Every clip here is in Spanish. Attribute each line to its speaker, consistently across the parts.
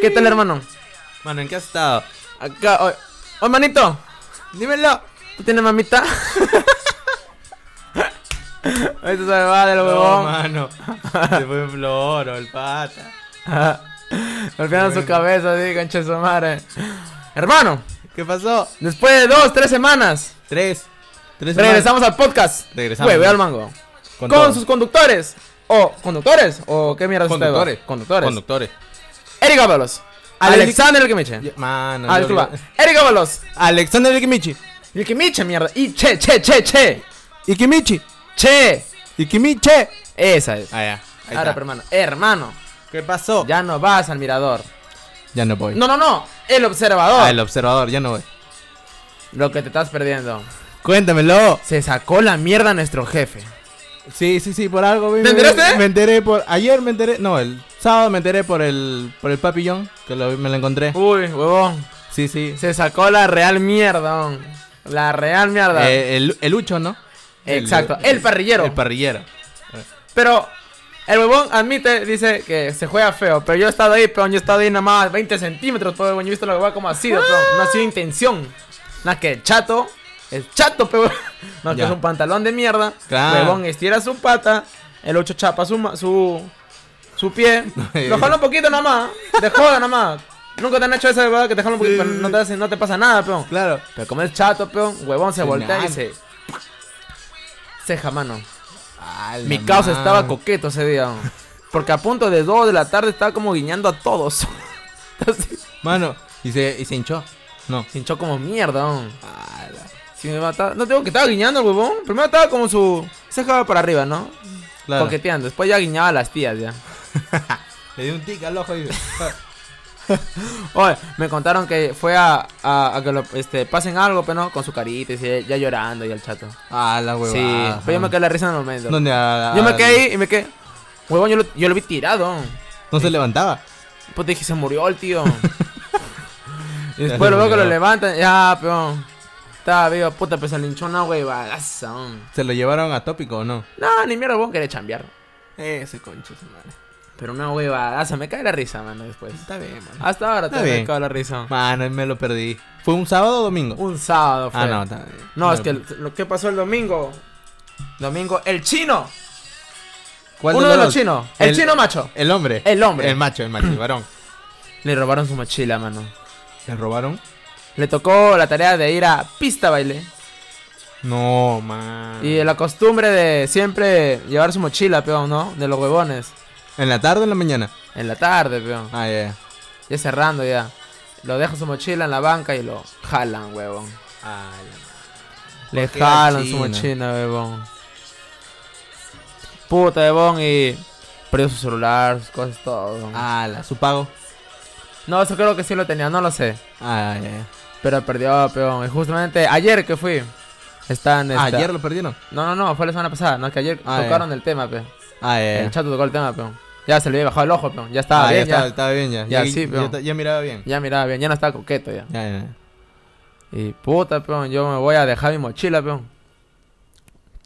Speaker 1: ¿Qué tal, hermano?
Speaker 2: Mano, ¿en qué has estado?
Speaker 1: Acá, hoy. ¡Oh, manito!
Speaker 2: Dímelo.
Speaker 1: ¿Tú tienes mamita? Ahorita se me va del
Speaker 2: No,
Speaker 1: huevón.
Speaker 2: mano. Se fue en floro, el pata.
Speaker 1: Golpeando su cabeza, así, concha de su madre. Hermano,
Speaker 2: ¿Qué pasó?
Speaker 1: después de dos, tres semanas,
Speaker 2: Tres. Tres
Speaker 1: regresamos al podcast.
Speaker 2: Regresamos.
Speaker 1: Hueveo al mango.
Speaker 2: semanas.
Speaker 1: Con,
Speaker 2: todo.
Speaker 1: sus conductores. O, ¿conductores? ¿O qué mierda es usted, va?
Speaker 2: conductores.
Speaker 1: Conductores.
Speaker 2: Conductores.
Speaker 1: Eric Ábalos.
Speaker 2: Alex-
Speaker 1: Alexander Elkimiche.
Speaker 2: Mano.
Speaker 1: Ah,
Speaker 2: yo-
Speaker 1: disculpa. Eric Ábalos.
Speaker 2: Alexander Ikimichi.
Speaker 1: Elkimiche, mierda. Y che, che, che, che.
Speaker 2: Ikimichi.
Speaker 1: Che.
Speaker 2: Ikimiche.
Speaker 1: Esa es.
Speaker 2: Ah, ya. Ahí
Speaker 1: Ahora,
Speaker 2: está.
Speaker 1: pero, hermano. Hermano,
Speaker 2: ¿Qué pasó?
Speaker 1: ya no vas al mirador.
Speaker 2: Ya no voy.
Speaker 1: No, no, no. El observador.
Speaker 2: Ah, el observador, ya no voy.
Speaker 1: Lo que te estás perdiendo.
Speaker 2: Cuéntamelo.
Speaker 1: Se sacó la mierda nuestro jefe.
Speaker 2: Sí, sí, sí, por algo. vi-
Speaker 1: ¿Te
Speaker 2: vi-
Speaker 1: enteraste?
Speaker 2: Me enteré por. Ayer me enteré. No, el sábado me enteré por el. Por el papillón. Que lo- me lo encontré.
Speaker 1: Uy, huevón.
Speaker 2: Sí, sí.
Speaker 1: Se sacó la real mierda. hon. La real mierda.
Speaker 2: Eh, el, el Lucho, ¿no?
Speaker 1: Exacto, el parrillero.
Speaker 2: El parrillero.
Speaker 1: Pero el huevón admite, dice que se juega feo. Pero yo he estado ahí, peón. Yo he estado ahí nada más 20 centímetros, todo Yo he visto la huevada como ha sido, peón. No ha sido intención. Nada que el chato. El chato, peón. No, que
Speaker 2: Ya.
Speaker 1: es un pantalón de mierda.
Speaker 2: Claro.
Speaker 1: Huevón estira su pata. El ocho chapa su, ma- su, su pie. Lo jala un poquito nada más. De joda nada más. Nunca te han hecho esa huevada que te jala un poquito.
Speaker 2: Sí,
Speaker 1: pero
Speaker 2: sí,
Speaker 1: No te, hace- no te pasa nada, peón.
Speaker 2: Claro.
Speaker 1: Pero como es chato, peón, huevón se
Speaker 2: Sí,
Speaker 1: voltea y
Speaker 2: nada.
Speaker 1: dice. Ceja, mano. Mi causa estaba coqueto ese día. ¿no? Porque a punto de 2 de la tarde estaba como guiñando a todos. Así,
Speaker 2: Mano, y se, y se hinchó. No.
Speaker 1: se hinchó como mierda. ¿no? Sí, me mata- No tengo que estaba guiñando el huevón. Primero estaba como su ceja para arriba, ¿no?
Speaker 2: Claro.
Speaker 1: Coqueteando. Después ya guiñaba a las tías ya.
Speaker 2: Le dio un tic al ojo y dice.
Speaker 1: Oye, me contaron que fue a, a- a que lo este, pasen algo, pero no, con su carita y se- ya llorando y el chato.
Speaker 2: Ah, la
Speaker 1: sí,
Speaker 2: huevada.
Speaker 1: pero yo me quedé la risa en el momento.
Speaker 2: ¿Dónde a- a-
Speaker 1: yo me quedé ahí y me quedé. Huevón, yo lo, yo lo vi tirado. ¿no?
Speaker 2: No se levantaba.
Speaker 1: Pues dije, se murió el tío. y después lo veo que lo
Speaker 2: murió.
Speaker 1: levantan. Ya, peón. Estaba vivo, puta, pues se le hinchó una huevadaza. hon.
Speaker 2: ¿Se lo llevaron a tópico o no?
Speaker 1: No, ni mierda, vos querés chambear.
Speaker 2: Ese concho, su madre.
Speaker 1: Pero una huevadaza, me cae la risa, mano, después.
Speaker 2: Está bien, mano.
Speaker 1: Hasta ahora
Speaker 2: Está
Speaker 1: todavía me
Speaker 2: bien.
Speaker 1: cae la risa.
Speaker 2: Mano, me lo perdí. ¿Fue un sábado o domingo?
Speaker 1: Un sábado fue.
Speaker 2: ah, no, está bien.
Speaker 1: No, es que
Speaker 2: el...
Speaker 1: el- lo que pasó el domingo. Domingo, el chino.
Speaker 2: ¿Cuál
Speaker 1: Uno de los
Speaker 2: dos?
Speaker 1: chinos. El, chino macho.
Speaker 2: El hombre.
Speaker 1: El hombre.
Speaker 2: El macho, el macho, el varón.
Speaker 1: Le robaron su mochila, mano.
Speaker 2: ¿Le robaron?
Speaker 1: Le tocó la tarea de ir a pista baile.
Speaker 2: No, man.
Speaker 1: Y la costumbre de siempre llevar su mochila, peón, ¿no? De los huevones.
Speaker 2: ¿En la tarde o en la mañana?
Speaker 1: En la tarde, peón.
Speaker 2: Ah, ya. ya.
Speaker 1: Ya cerrando ya. Lo deja su mochila en la banca y lo jalan, huevón.
Speaker 2: Ah, ya.
Speaker 1: Le
Speaker 2: qué
Speaker 1: jalan su
Speaker 2: gachina?
Speaker 1: mochila, huevón. Puta, huevón, y perdió su celular, sus cosas, todo.
Speaker 2: Ah, la, su pago.
Speaker 1: No, eso creo que sí lo tenía, no lo sé.
Speaker 2: Ah, ya. ya.
Speaker 1: Pero perdió, peón. Y justamente ayer que fui, están...
Speaker 2: Ah,
Speaker 1: esta-
Speaker 2: ayer lo perdieron.
Speaker 1: No, no, no, fue la semana pasada. No, que ayer
Speaker 2: Ah, ya.
Speaker 1: tocaron el tema, peón.
Speaker 2: Ah, ya.
Speaker 1: El
Speaker 2: ya.
Speaker 1: chat tocó el tema, peón. Ya se le había bajado el ojo, peón. Ya estaba
Speaker 2: Ah,
Speaker 1: bien,
Speaker 2: ya,
Speaker 1: ya.
Speaker 2: estaba, estaba bien ya.
Speaker 1: Ya,
Speaker 2: Ya,
Speaker 1: sí,
Speaker 2: ya,
Speaker 1: pero-
Speaker 2: ta- ya miraba bien.
Speaker 1: Ya miraba bien, ya no estaba coqueto ya.
Speaker 2: Ya, ya, ya.
Speaker 1: Y puta, peón, yo me voy a dejar mi mochila, peón.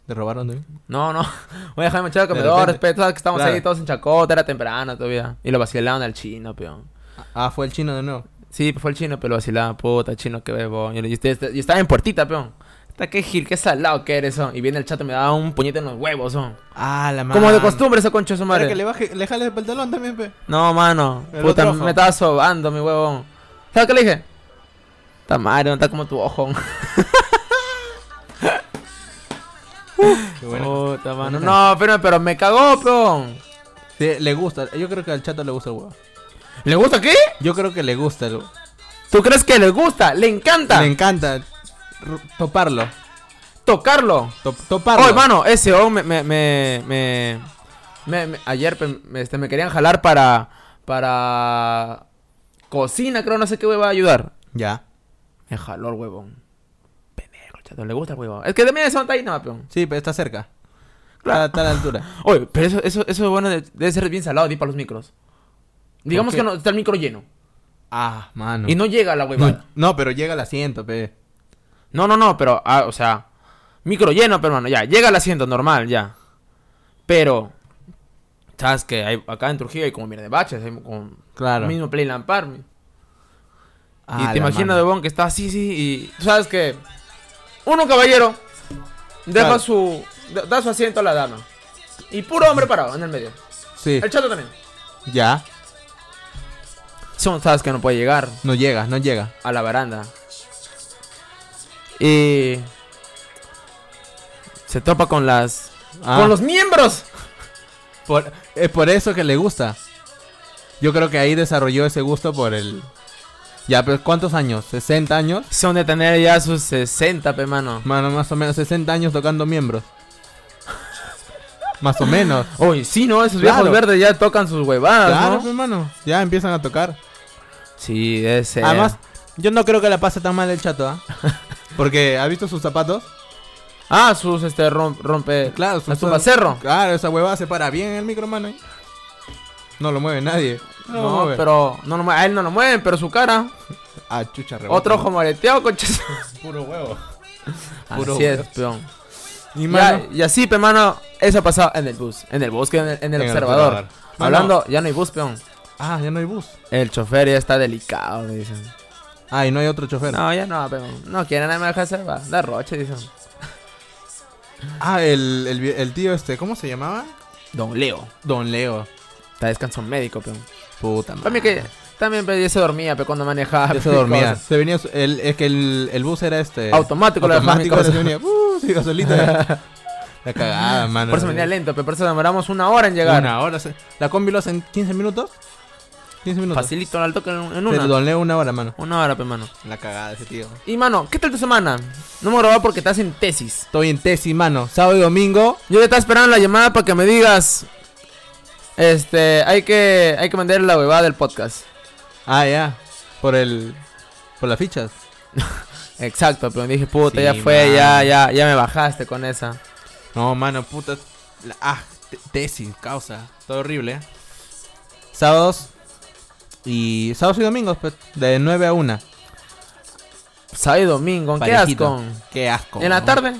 Speaker 2: ¿Te robaron también?
Speaker 1: No, no, voy a dejar mi mochila al
Speaker 2: De
Speaker 1: comedor,
Speaker 2: repente.
Speaker 1: respeto, que estamos
Speaker 2: Claro.
Speaker 1: ahí todos en chacota, era temprano todavía. Y lo vacilaban al chino, peón.
Speaker 2: Ah, fue el chino de nuevo.
Speaker 1: Sí, pues, fue el chino, pero lo vacilaban, puta, chino, qué bebo. Y yo, y usted- y estaba en puertita, peón. Está que gil, qué salado que eres, son. Y viene el chato, me daba un puñete en los huevos, son.
Speaker 2: Ah, la
Speaker 1: Como de costumbre ese concho de su
Speaker 2: Para
Speaker 1: madre.
Speaker 2: que le baje, le jale el pantalón también, pe.
Speaker 1: No, mano.
Speaker 2: El
Speaker 1: Puta,
Speaker 2: otro ojo.
Speaker 1: me estaba sobando, mi huevón. ¿Sabes qué le dije? Está madre, no está como tu ojo.
Speaker 2: Qué bueno.
Speaker 1: Puta, mano.
Speaker 2: Buena
Speaker 1: No, pero, pero me cagó, peón.
Speaker 2: Sí, le gusta. Yo creo que al chato le gusta el huevo.
Speaker 1: ¿Le gusta qué?
Speaker 2: Yo creo que le gusta el huevo.
Speaker 1: ¿Tú crees que le gusta? Le encanta
Speaker 2: Le encanta r- toparlo.
Speaker 1: tocarlo.
Speaker 2: Top- toparlo.
Speaker 1: Oh, hermano, ese hombre me, me, me, me- me- ayer pe- me, este, me querían jalar para para cocina, creo, no sé qué me va a ayudar.
Speaker 2: Ya.
Speaker 1: Me jaló el huevón. Pendejo, el chato, le gusta el huevón. Es que también ese hombre está ahí, no, peón.
Speaker 2: Sí, pero está cerca. Claro. Está, a la altura.
Speaker 1: Oye, pero eso, eso, eso bueno de- debe ser bien salado, di para los micros. Digamos
Speaker 2: qué?
Speaker 1: que no, está el micro lleno.
Speaker 2: Ah, mano.
Speaker 1: Y no llega la huevada.
Speaker 2: no, no, pero llega al asiento, pe.
Speaker 1: No, no, no, pero, ah, o sea, micro lleno, pero hermano, ya, llega al asiento normal, ya. Pero, sabes que acá en Trujillo hay como mierda de baches, hay como
Speaker 2: Claro.
Speaker 1: Mismo Play Lampard. mi.
Speaker 2: Ah,
Speaker 1: y te
Speaker 2: la
Speaker 1: imaginas
Speaker 2: mano.
Speaker 1: de Bon que está así, sí, y tú sabes que uno caballero deja
Speaker 2: Claro.
Speaker 1: su da- da su asiento a la dama. Y puro hombre parado en el medio.
Speaker 2: Sí,
Speaker 1: El chato también.
Speaker 2: ya.
Speaker 1: Son sabes que no puede llegar
Speaker 2: No llega, no llega.
Speaker 1: a la baranda. Y se topa con las
Speaker 2: Ah.
Speaker 1: con los miembros.
Speaker 2: Por, es por eso que le gusta. Yo creo que ahí desarrolló ese gusto por el... Ya, pero ¿cuántos años? ¿60 años?
Speaker 1: Son de tener ya sus 60, pe mano.
Speaker 2: Mano, más o menos 60 años tocando miembros. Más o menos.
Speaker 1: Uy, sí, no, esos
Speaker 2: Claro.
Speaker 1: viejos verdes ya tocan sus huevadas,
Speaker 2: Claro,
Speaker 1: ¿no?
Speaker 2: hermano. Ya empiezan a tocar.
Speaker 1: Sí, debe ser.
Speaker 2: Además, yo no creo que la pase tan mal el chato, ¿ah? Porque, ¿ha visto sus zapatos?
Speaker 1: ah, sus este rom- rompe
Speaker 2: Claro,
Speaker 1: las tumbacerro.
Speaker 2: Claro, esa huevada se para bien en el micro, mano. ¿eh? No lo mueve nadie. No, lo
Speaker 1: No,
Speaker 2: mueve.
Speaker 1: pero no lo mue- a él no lo mueven, pero su cara.
Speaker 2: Ah, chucha, rebota.
Speaker 1: Otro ojo moreteado, conches.
Speaker 2: Puro huevo. Puro
Speaker 1: Así es,
Speaker 2: huevo.
Speaker 1: peón.
Speaker 2: Y,
Speaker 1: Ya-
Speaker 2: mano,
Speaker 1: Y, así, pe mano, eso ha pasado en el bus, en el bosque, en el, en el
Speaker 2: En el
Speaker 1: observador.
Speaker 2: observador. Mano.
Speaker 1: Hablando, ya no hay bus, peón.
Speaker 2: Ah, ya no hay bus.
Speaker 1: El chofer ya está delicado, me dicen.
Speaker 2: Ah, y no hay otro chofer.
Speaker 1: No, ya no, peón. No quieren, nada me deja hacer, va. Da roche, dicen.
Speaker 2: Ah, el, el, vie- el tío este, ¿cómo se llamaba?
Speaker 1: Don Leo.
Speaker 2: Don Leo.
Speaker 1: Está descanso médico, peón.
Speaker 2: Puta madre.
Speaker 1: También que también pe, ya se dormía, pero cuando manejaba.
Speaker 2: Ya se
Speaker 1: pe,
Speaker 2: dormía.
Speaker 1: cosas.
Speaker 2: Se venía, su- el, es que el, el bus era este.
Speaker 1: Automático, lo dejaba en mi casa.
Speaker 2: Automático, se venía. Uh, se iba solito. La cagada, mano.
Speaker 1: Por eso venía lento, pero por eso demoramos una hora en llegar.
Speaker 2: Una hora. se- La combi lo hace en 15 minutos. 15 minutos.
Speaker 1: Facilito al toque en, en
Speaker 2: Pero
Speaker 1: una.
Speaker 2: Don Leo una hora, mano.
Speaker 1: Una hora, pe mano.
Speaker 2: La cagada ese tío.
Speaker 1: Y mano, ¿qué tal tu semana? No me grabado porque estás en tesis.
Speaker 2: Estoy en tesis, mano. Sábado y domingo.
Speaker 1: Yo ya estaba esperando la llamada para que me digas. Este, hay que, hay que mandar la huevada del podcast.
Speaker 2: Ah, ya. Por el. Por las fichas.
Speaker 1: Exacto, pero dije, puta,
Speaker 2: Sí,
Speaker 1: ya fue, ya,
Speaker 2: mano.
Speaker 1: ya, ya me bajaste con esa.
Speaker 2: No, mano, puta. La- ah, te- tesis, causa. Todo horrible, ¿eh? Sábados. Y. Sábados y domingos, pues, De 9 a 1.
Speaker 1: Sábado y domingo, ¿qué
Speaker 2: Parejito.
Speaker 1: asco?
Speaker 2: Qué asco.
Speaker 1: En la
Speaker 2: ¿no?
Speaker 1: tarde,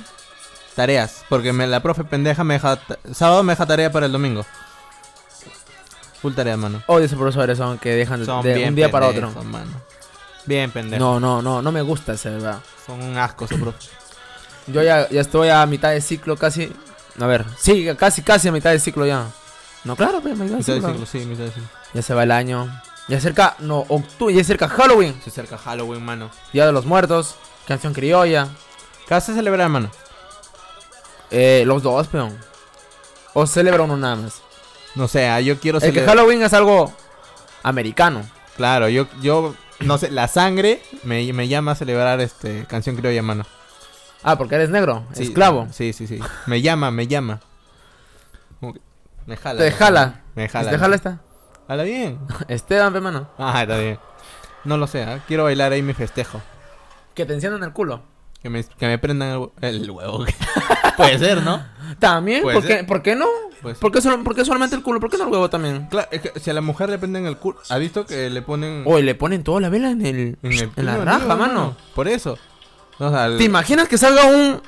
Speaker 2: Tareas. Porque me, la profe pendeja me deja. ta- Sábado me deja tarea para el domingo. Full tarea, mano.
Speaker 1: odio esos profesores son que dejan de,
Speaker 2: Son
Speaker 1: de
Speaker 2: bien
Speaker 1: un día para otro.
Speaker 2: pendejos, mano. Bien pendejo.
Speaker 1: No, no, no, no me gusta esa verdad.
Speaker 2: Son un asco, esos profe.
Speaker 1: Yo ya, ya estoy a mitad de ciclo casi. A ver, sí, casi, casi a mitad de ciclo ya. No, claro, pero a mitad de
Speaker 2: Mitad de
Speaker 1: ciclo.
Speaker 2: ciclo, sí, mitad de ciclo.
Speaker 1: Ya se va el año. Ya cerca, no, octubre, ya cerca Halloween.
Speaker 2: Se acerca Halloween, mano.
Speaker 1: Día de los Muertos, Canción Criolla.
Speaker 2: ¿Qué vas a celebrar, mano?
Speaker 1: Eh, los dos, peón. O celebra uno nada más.
Speaker 2: No sé, ah, yo quiero
Speaker 1: El que
Speaker 2: celebrar.
Speaker 1: Halloween es algo americano.
Speaker 2: Claro, yo, yo, no sé, la sangre me, me llama a celebrar este canción criolla, mano.
Speaker 1: Ah, porque eres negro,
Speaker 2: Sí,
Speaker 1: esclavo.
Speaker 2: Sí, sí, sí. Me llama, me llama. Como que Me jala.
Speaker 1: Te
Speaker 2: ¿no?
Speaker 1: jala.
Speaker 2: Me jala.
Speaker 1: Este, jala esta.
Speaker 2: Jala bien.
Speaker 1: Esteban, pe mano.
Speaker 2: Ah, está bien. No lo sé, ah, quiero bailar ahí mi festejo.
Speaker 1: Que te enciendan el culo.
Speaker 2: Que me, que me prendan el, hue- el huevo. Puede ser, ¿no?
Speaker 1: También,
Speaker 2: Puede
Speaker 1: ¿por qué,
Speaker 2: ser.
Speaker 1: ¿por qué no?
Speaker 2: Puede ser.
Speaker 1: ¿Por qué, solo- por qué solamente el culo? ¿Por qué no el huevo también?
Speaker 2: Claro, es que si a la mujer le prenden el culo. ¿Ha visto que le ponen
Speaker 1: Oye, le ponen toda la vela en el.
Speaker 2: en, el
Speaker 1: Oh, en la
Speaker 2: culo,
Speaker 1: raja,
Speaker 2: amigo,
Speaker 1: mano.
Speaker 2: Por eso. O sea, el-
Speaker 1: ¿Te imaginas que salga un.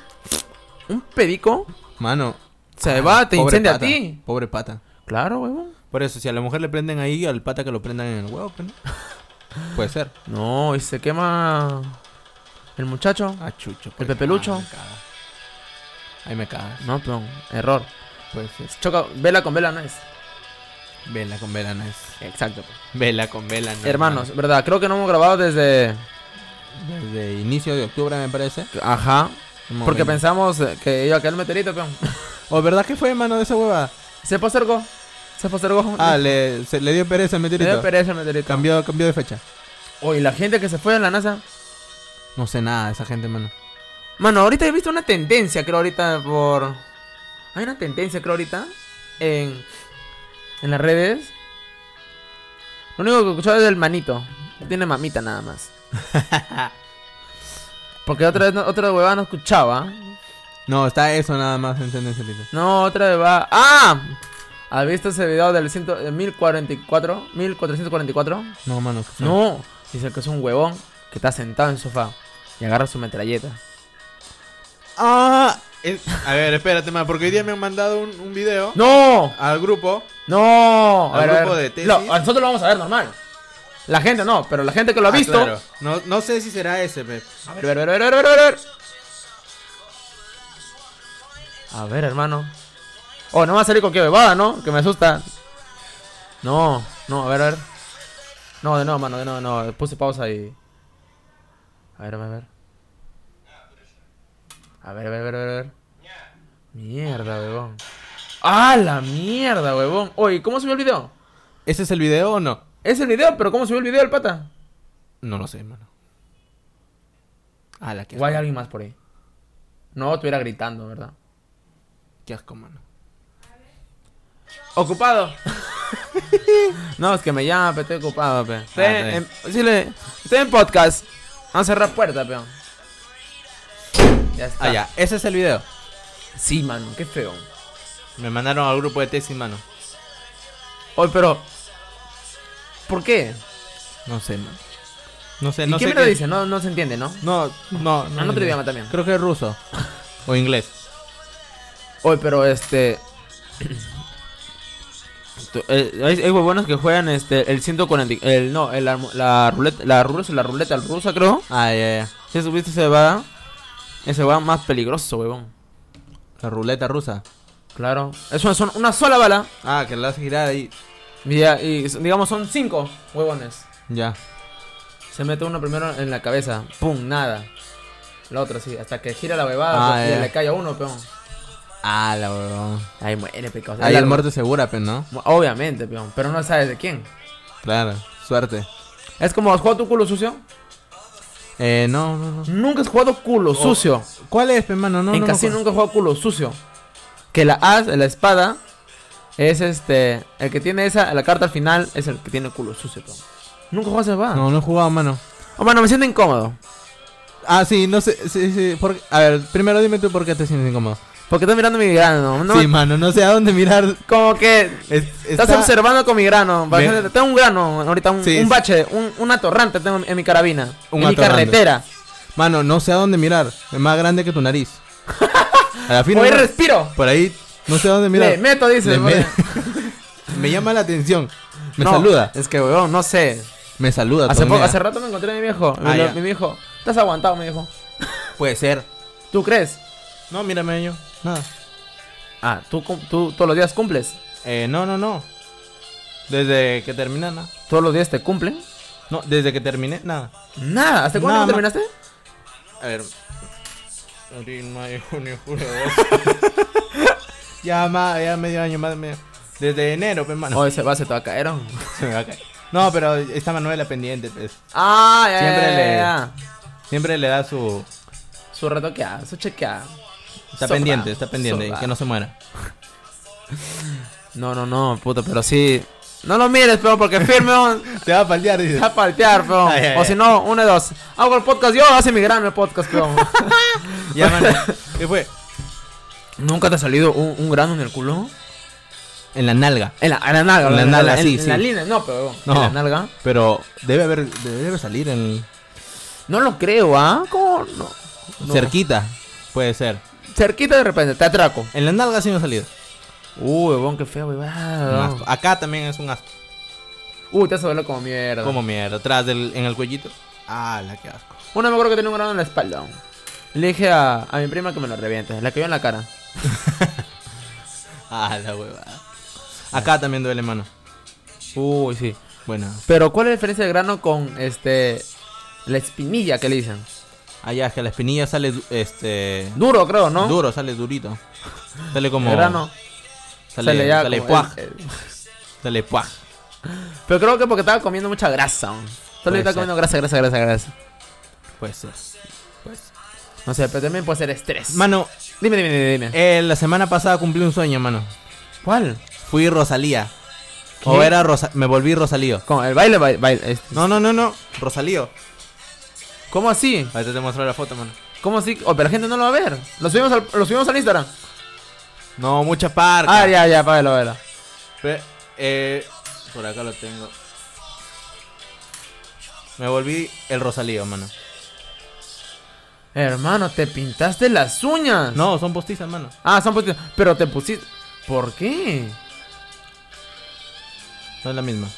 Speaker 1: un pedico?
Speaker 2: mano.
Speaker 1: Se va, te
Speaker 2: pobre
Speaker 1: incendia
Speaker 2: pata,
Speaker 1: a ti.
Speaker 2: Pobre pata.
Speaker 1: Claro, huevo.
Speaker 2: Por eso, si a la mujer le prenden ahí, al pata que lo prendan en el huevo, pues, ¿no? Puede ser.
Speaker 1: No, y se quema. el muchacho.
Speaker 2: Ah, chucho.
Speaker 1: El pepelucho.
Speaker 2: Ah, me caga. Ahí me cagas.
Speaker 1: No, peón, error. Pues
Speaker 2: Puede ser.
Speaker 1: Choca, vela con vela no es.
Speaker 2: Vela con vela no es.
Speaker 1: Exacto.
Speaker 2: Vela con vela no es,
Speaker 1: Hermanos, verdad, creo que no hemos grabado desde.
Speaker 2: mano. Desde inicio de octubre, me parece.
Speaker 1: Ajá.
Speaker 2: Hemos
Speaker 1: Porque
Speaker 2: venido.
Speaker 1: pensamos eh, que iba a caer el meteorito, peón.
Speaker 2: ¿O Oh, verdad que fue, mano, de esa hueva?
Speaker 1: Se postergó. Se postergó.
Speaker 2: Ah, le, se, le dio pereza al
Speaker 1: Le dio
Speaker 2: meteorito.
Speaker 1: pereza el meteorito.
Speaker 2: Cambió, cambió de fecha.
Speaker 1: Oye, la gente que se fue a la NASA.
Speaker 2: No sé nada de esa gente, mano.
Speaker 1: Mano, ahorita he visto una tendencia, creo, ahorita por. Hay una tendencia, creo, ahorita. En. En las redes. Lo único que he escuchado es el manito. Tiene mamita nada más. Porque otra vez no- otra huevada no escuchaba.
Speaker 2: No, está eso nada más en tendencia ahorita.
Speaker 1: No, otra vez va. ¡Ah! ¿Has visto ese video del ciento- de 1044? 1444.
Speaker 2: No, mano. ¿qué fue?
Speaker 1: No. Dice que es un huevón que está sentado en el sofá y agarra su metralleta.
Speaker 2: Ah, es- a ver, espérate, mano, porque hoy día me han mandado un, un video
Speaker 1: ¡No!
Speaker 2: al grupo
Speaker 1: No, a
Speaker 2: Al
Speaker 1: ver, a
Speaker 2: grupo
Speaker 1: ver.
Speaker 2: de tesis.
Speaker 1: No, a nosotros lo vamos a ver normal. La gente no, pero la gente que lo ha
Speaker 2: Ah,
Speaker 1: visto.
Speaker 2: claro. No, no sé si será ese, pe.
Speaker 1: A ver, a ver, a ver, a ver, a ver, a ver, a ver. A ver, hermano. Oh, no va a salir con qué bebada, ¿no? Que me asusta. No, no, a ver, a ver. No, de nuevo, mano, de nuevo, no. Puse pausa y. A ver, a ver, a ver. A ver, a ver, a ver, a ver, a ver. Mierda, huevón. ¡Ah, la mierda, huevón! Oye, ¿cómo subió el video?
Speaker 2: ¿Ese es el video o no?
Speaker 1: Es el video, pero ¿cómo subió el video el pata?
Speaker 2: No lo sé, hermano. Ah, la que
Speaker 1: Igual hay alguien más por ahí. No, estuviera gritando, ¿verdad?
Speaker 2: Qué asco, mano.
Speaker 1: Ocupado. no, es que me llama, pero estoy ocupado, pe. Estoy,
Speaker 2: Ah, está
Speaker 1: en, sí le- estoy en podcast. Vamos a cerrar puerta, peón. Ya está.
Speaker 2: Ah, ya. Ese es el video.
Speaker 1: Sí, mano, qué feo.
Speaker 2: Me mandaron al grupo de tesis, mano.
Speaker 1: Oye, pero. ¿Por qué?
Speaker 2: No sé, mano. No sé,
Speaker 1: ¿Y
Speaker 2: no
Speaker 1: qué
Speaker 2: sé.
Speaker 1: mierda dice? No, no se entiende, ¿no?
Speaker 2: No, no, no.
Speaker 1: en otro
Speaker 2: no.
Speaker 1: idioma también.
Speaker 2: Creo que es ruso. o inglés.
Speaker 1: Oye, pero este. tu- eh, hay, hay huevones que juegan este el 140 el no el, armo- la ruleta la rusa la ruleta rusa creo
Speaker 2: Ah, ya, ya.
Speaker 1: si subiste ese va ese va más peligroso huevón
Speaker 2: La ruleta rusa.
Speaker 1: Claro. Es una, son- una sola bala.
Speaker 2: Ah, que la hace girar ahí.
Speaker 1: Y, ya- y son- digamos son cinco huevones.
Speaker 2: Ya.
Speaker 1: Se mete uno primero en la cabeza. Pum, nada. La otra sí, hasta que gira la huevada
Speaker 2: Ah,
Speaker 1: pues, y
Speaker 2: ya.
Speaker 1: le cae a uno, peón.
Speaker 2: Ah, la huevón.
Speaker 1: Ahí muere, picado.
Speaker 2: Ahí el muerte segura, pero no.
Speaker 1: Obviamente, peón. Pero no sabes de quién.
Speaker 2: Claro. Suerte.
Speaker 1: Es como, ¿has jugado tu culo sucio?
Speaker 2: Eh, no, no, no.
Speaker 1: Nunca has jugado culo sucio.
Speaker 2: ¿Cuál es, hermano? Oh. No,
Speaker 1: en
Speaker 2: no me
Speaker 1: casi
Speaker 2: acuerdo.
Speaker 1: nunca he jugado culo sucio. Que la as, la espada, es este. El que tiene esa, la carta al final, es el que tiene culo sucio, peón. Nunca juegas esa espada.
Speaker 2: No, no he jugado, mano.
Speaker 1: Oh, mano, me siento incómodo.
Speaker 2: Ah, sí, no sé. Sí, sí, por- A ver, primero dime tú por qué te sientes incómodo.
Speaker 1: Porque estás mirando mi grano. No,
Speaker 2: Sí, mano, no sé a dónde mirar.
Speaker 1: Como que
Speaker 2: Es-
Speaker 1: estás
Speaker 2: está-
Speaker 1: observando con mi grano.
Speaker 2: Ve-
Speaker 1: Bastante- Tengo un grano ahorita, un,
Speaker 2: Sí,
Speaker 1: un
Speaker 2: sí.
Speaker 1: bache, un, una torrante tengo en mi carabina.
Speaker 2: Un
Speaker 1: en mi
Speaker 2: atorrante.
Speaker 1: carretera.
Speaker 2: Mano, no sé a dónde mirar. Es más grande que tu nariz. A la fin,
Speaker 1: Hoy
Speaker 2: no-
Speaker 1: respiro.
Speaker 2: por ahí, no sé a dónde mirar.
Speaker 1: Le meto, dice.
Speaker 2: Le
Speaker 1: porque-
Speaker 2: me- me llama la atención. Me
Speaker 1: No,
Speaker 2: saluda.
Speaker 1: Es que, weón, no sé.
Speaker 2: Me saluda.
Speaker 1: Hace, poco-
Speaker 2: tonea.
Speaker 1: hace rato me encontré a mi viejo.
Speaker 2: Ah,
Speaker 1: mi,
Speaker 2: ya.
Speaker 1: mi viejo. Estás aguantado, me dijo.
Speaker 2: Puede ser.
Speaker 1: ¿Tú crees?
Speaker 2: No, mírame yo. Nada.
Speaker 1: Ah, ¿tú, cum- tú todos los días cumples.
Speaker 2: Eh, no, no, no. Desde que terminé, nada.
Speaker 1: ¿Todos los días te cumplen?
Speaker 2: No, desde que terminé, nada.
Speaker 1: Nada. ¿Hasta cuándo no
Speaker 2: Nada más.
Speaker 1: terminaste?
Speaker 2: A ver. Abril, mayo, junio, julio, ya más, ya medio año, más de medio. Desde enero, pues, mano.
Speaker 1: Hoy "Oh, ese base te va a caer. ¿o?
Speaker 2: Se me va a caer. No, pero está Manuela pendiente, pues.
Speaker 1: Ah, ya,
Speaker 2: Siempre
Speaker 1: ya, ya,
Speaker 2: le-
Speaker 1: ya.
Speaker 2: Siempre le da su.
Speaker 1: Su retoqueada, su chequeada.
Speaker 2: Está
Speaker 1: Sobrado,
Speaker 2: pendiente, está pendiente,
Speaker 1: sobrado.
Speaker 2: que no se muera.
Speaker 1: No, no, no, puta, pero sí. No lo mires, peón, porque firme weón,
Speaker 2: Te va a faldear,
Speaker 1: te
Speaker 2: dice.
Speaker 1: va a paltear, peón.
Speaker 2: Ay, ay,
Speaker 1: o
Speaker 2: ay.
Speaker 1: si no, uno de dos. Hago el podcast yo, hace mi gran podcast, peón.
Speaker 2: Ya, mano. ¿Qué fue?
Speaker 1: ¿Nunca te ha salido un, un grano en el culo?
Speaker 2: En la nalga.
Speaker 1: En la, en la nalga,
Speaker 2: En la
Speaker 1: en
Speaker 2: nalga,
Speaker 1: en-
Speaker 2: sí,
Speaker 1: en
Speaker 2: sí.
Speaker 1: la línea, no, pero
Speaker 2: No.
Speaker 1: en la nalga.
Speaker 2: Pero debe haber, debe salir en
Speaker 1: No lo creo, ¿ah? ¿Cómo? No. No.
Speaker 2: cerquita. Puede ser.
Speaker 1: Cerquita de repente, te atraco.
Speaker 2: En la nalga sí me ha salido.
Speaker 1: Uy, huevón, qué feo,
Speaker 2: Un
Speaker 1: huevón.
Speaker 2: asco. Acá también es un asco.
Speaker 1: Uy, te hace doler como mierda.
Speaker 2: Como mierda. Atrás del, en el cuellito. Ah, la que asco.
Speaker 1: Una me acuerdo que tenía un grano en la espalda. Le dije a, a mi prima que me lo reviente, la que vio en la cara.
Speaker 2: Ah, la huevada. Acá también duele, mano.
Speaker 1: Uy, sí.
Speaker 2: Bueno,
Speaker 1: Pero ¿cuál es la diferencia de grano con este la espinilla que le dicen?
Speaker 2: allá es que la espinilla sale du- este
Speaker 1: Duro, creo, ¿no?
Speaker 2: duro, sale durito. Sale como
Speaker 1: El grano. sale
Speaker 2: Sale, sale,
Speaker 1: ya como
Speaker 2: puaj,
Speaker 1: el- el-
Speaker 2: sale puaj.
Speaker 1: Pero creo que porque estaba comiendo mucha grasa. ¿no? Solo
Speaker 2: Puede
Speaker 1: estaba
Speaker 2: ser.
Speaker 1: comiendo grasa, grasa, grasa, grasa.
Speaker 2: Puede ser. Puede ser.
Speaker 1: No sé, pero también puede ser estrés.
Speaker 2: Mano,
Speaker 1: dime, dime, dime, dime.
Speaker 2: eh, la semana pasada cumplí un sueño, mano.
Speaker 1: ¿Cuál?
Speaker 2: Fui Rosalía.
Speaker 1: ¿Qué?
Speaker 2: O era Rosa me volví Rosalío.
Speaker 1: Con el baile, baile, baile, este.
Speaker 2: No, no, no, no. Rosalío.
Speaker 1: ¿Cómo así?
Speaker 2: Ahorita te muestro la foto, mano.
Speaker 1: ¿Cómo así? Oh, pero la gente no lo va a ver. Lo subimos al, lo subimos al Instagram.
Speaker 2: No, mucha parca.
Speaker 1: Ah, ya, ya, págalo, págalo.
Speaker 2: Pe- eh, por acá lo tengo. Me volví el Rosalío, mano.
Speaker 1: Hermano, te pintaste las uñas.
Speaker 2: No, son postizas, mano.
Speaker 1: Ah, son positivas. Pero te pusiste. ¿Por qué?
Speaker 2: No es la misma.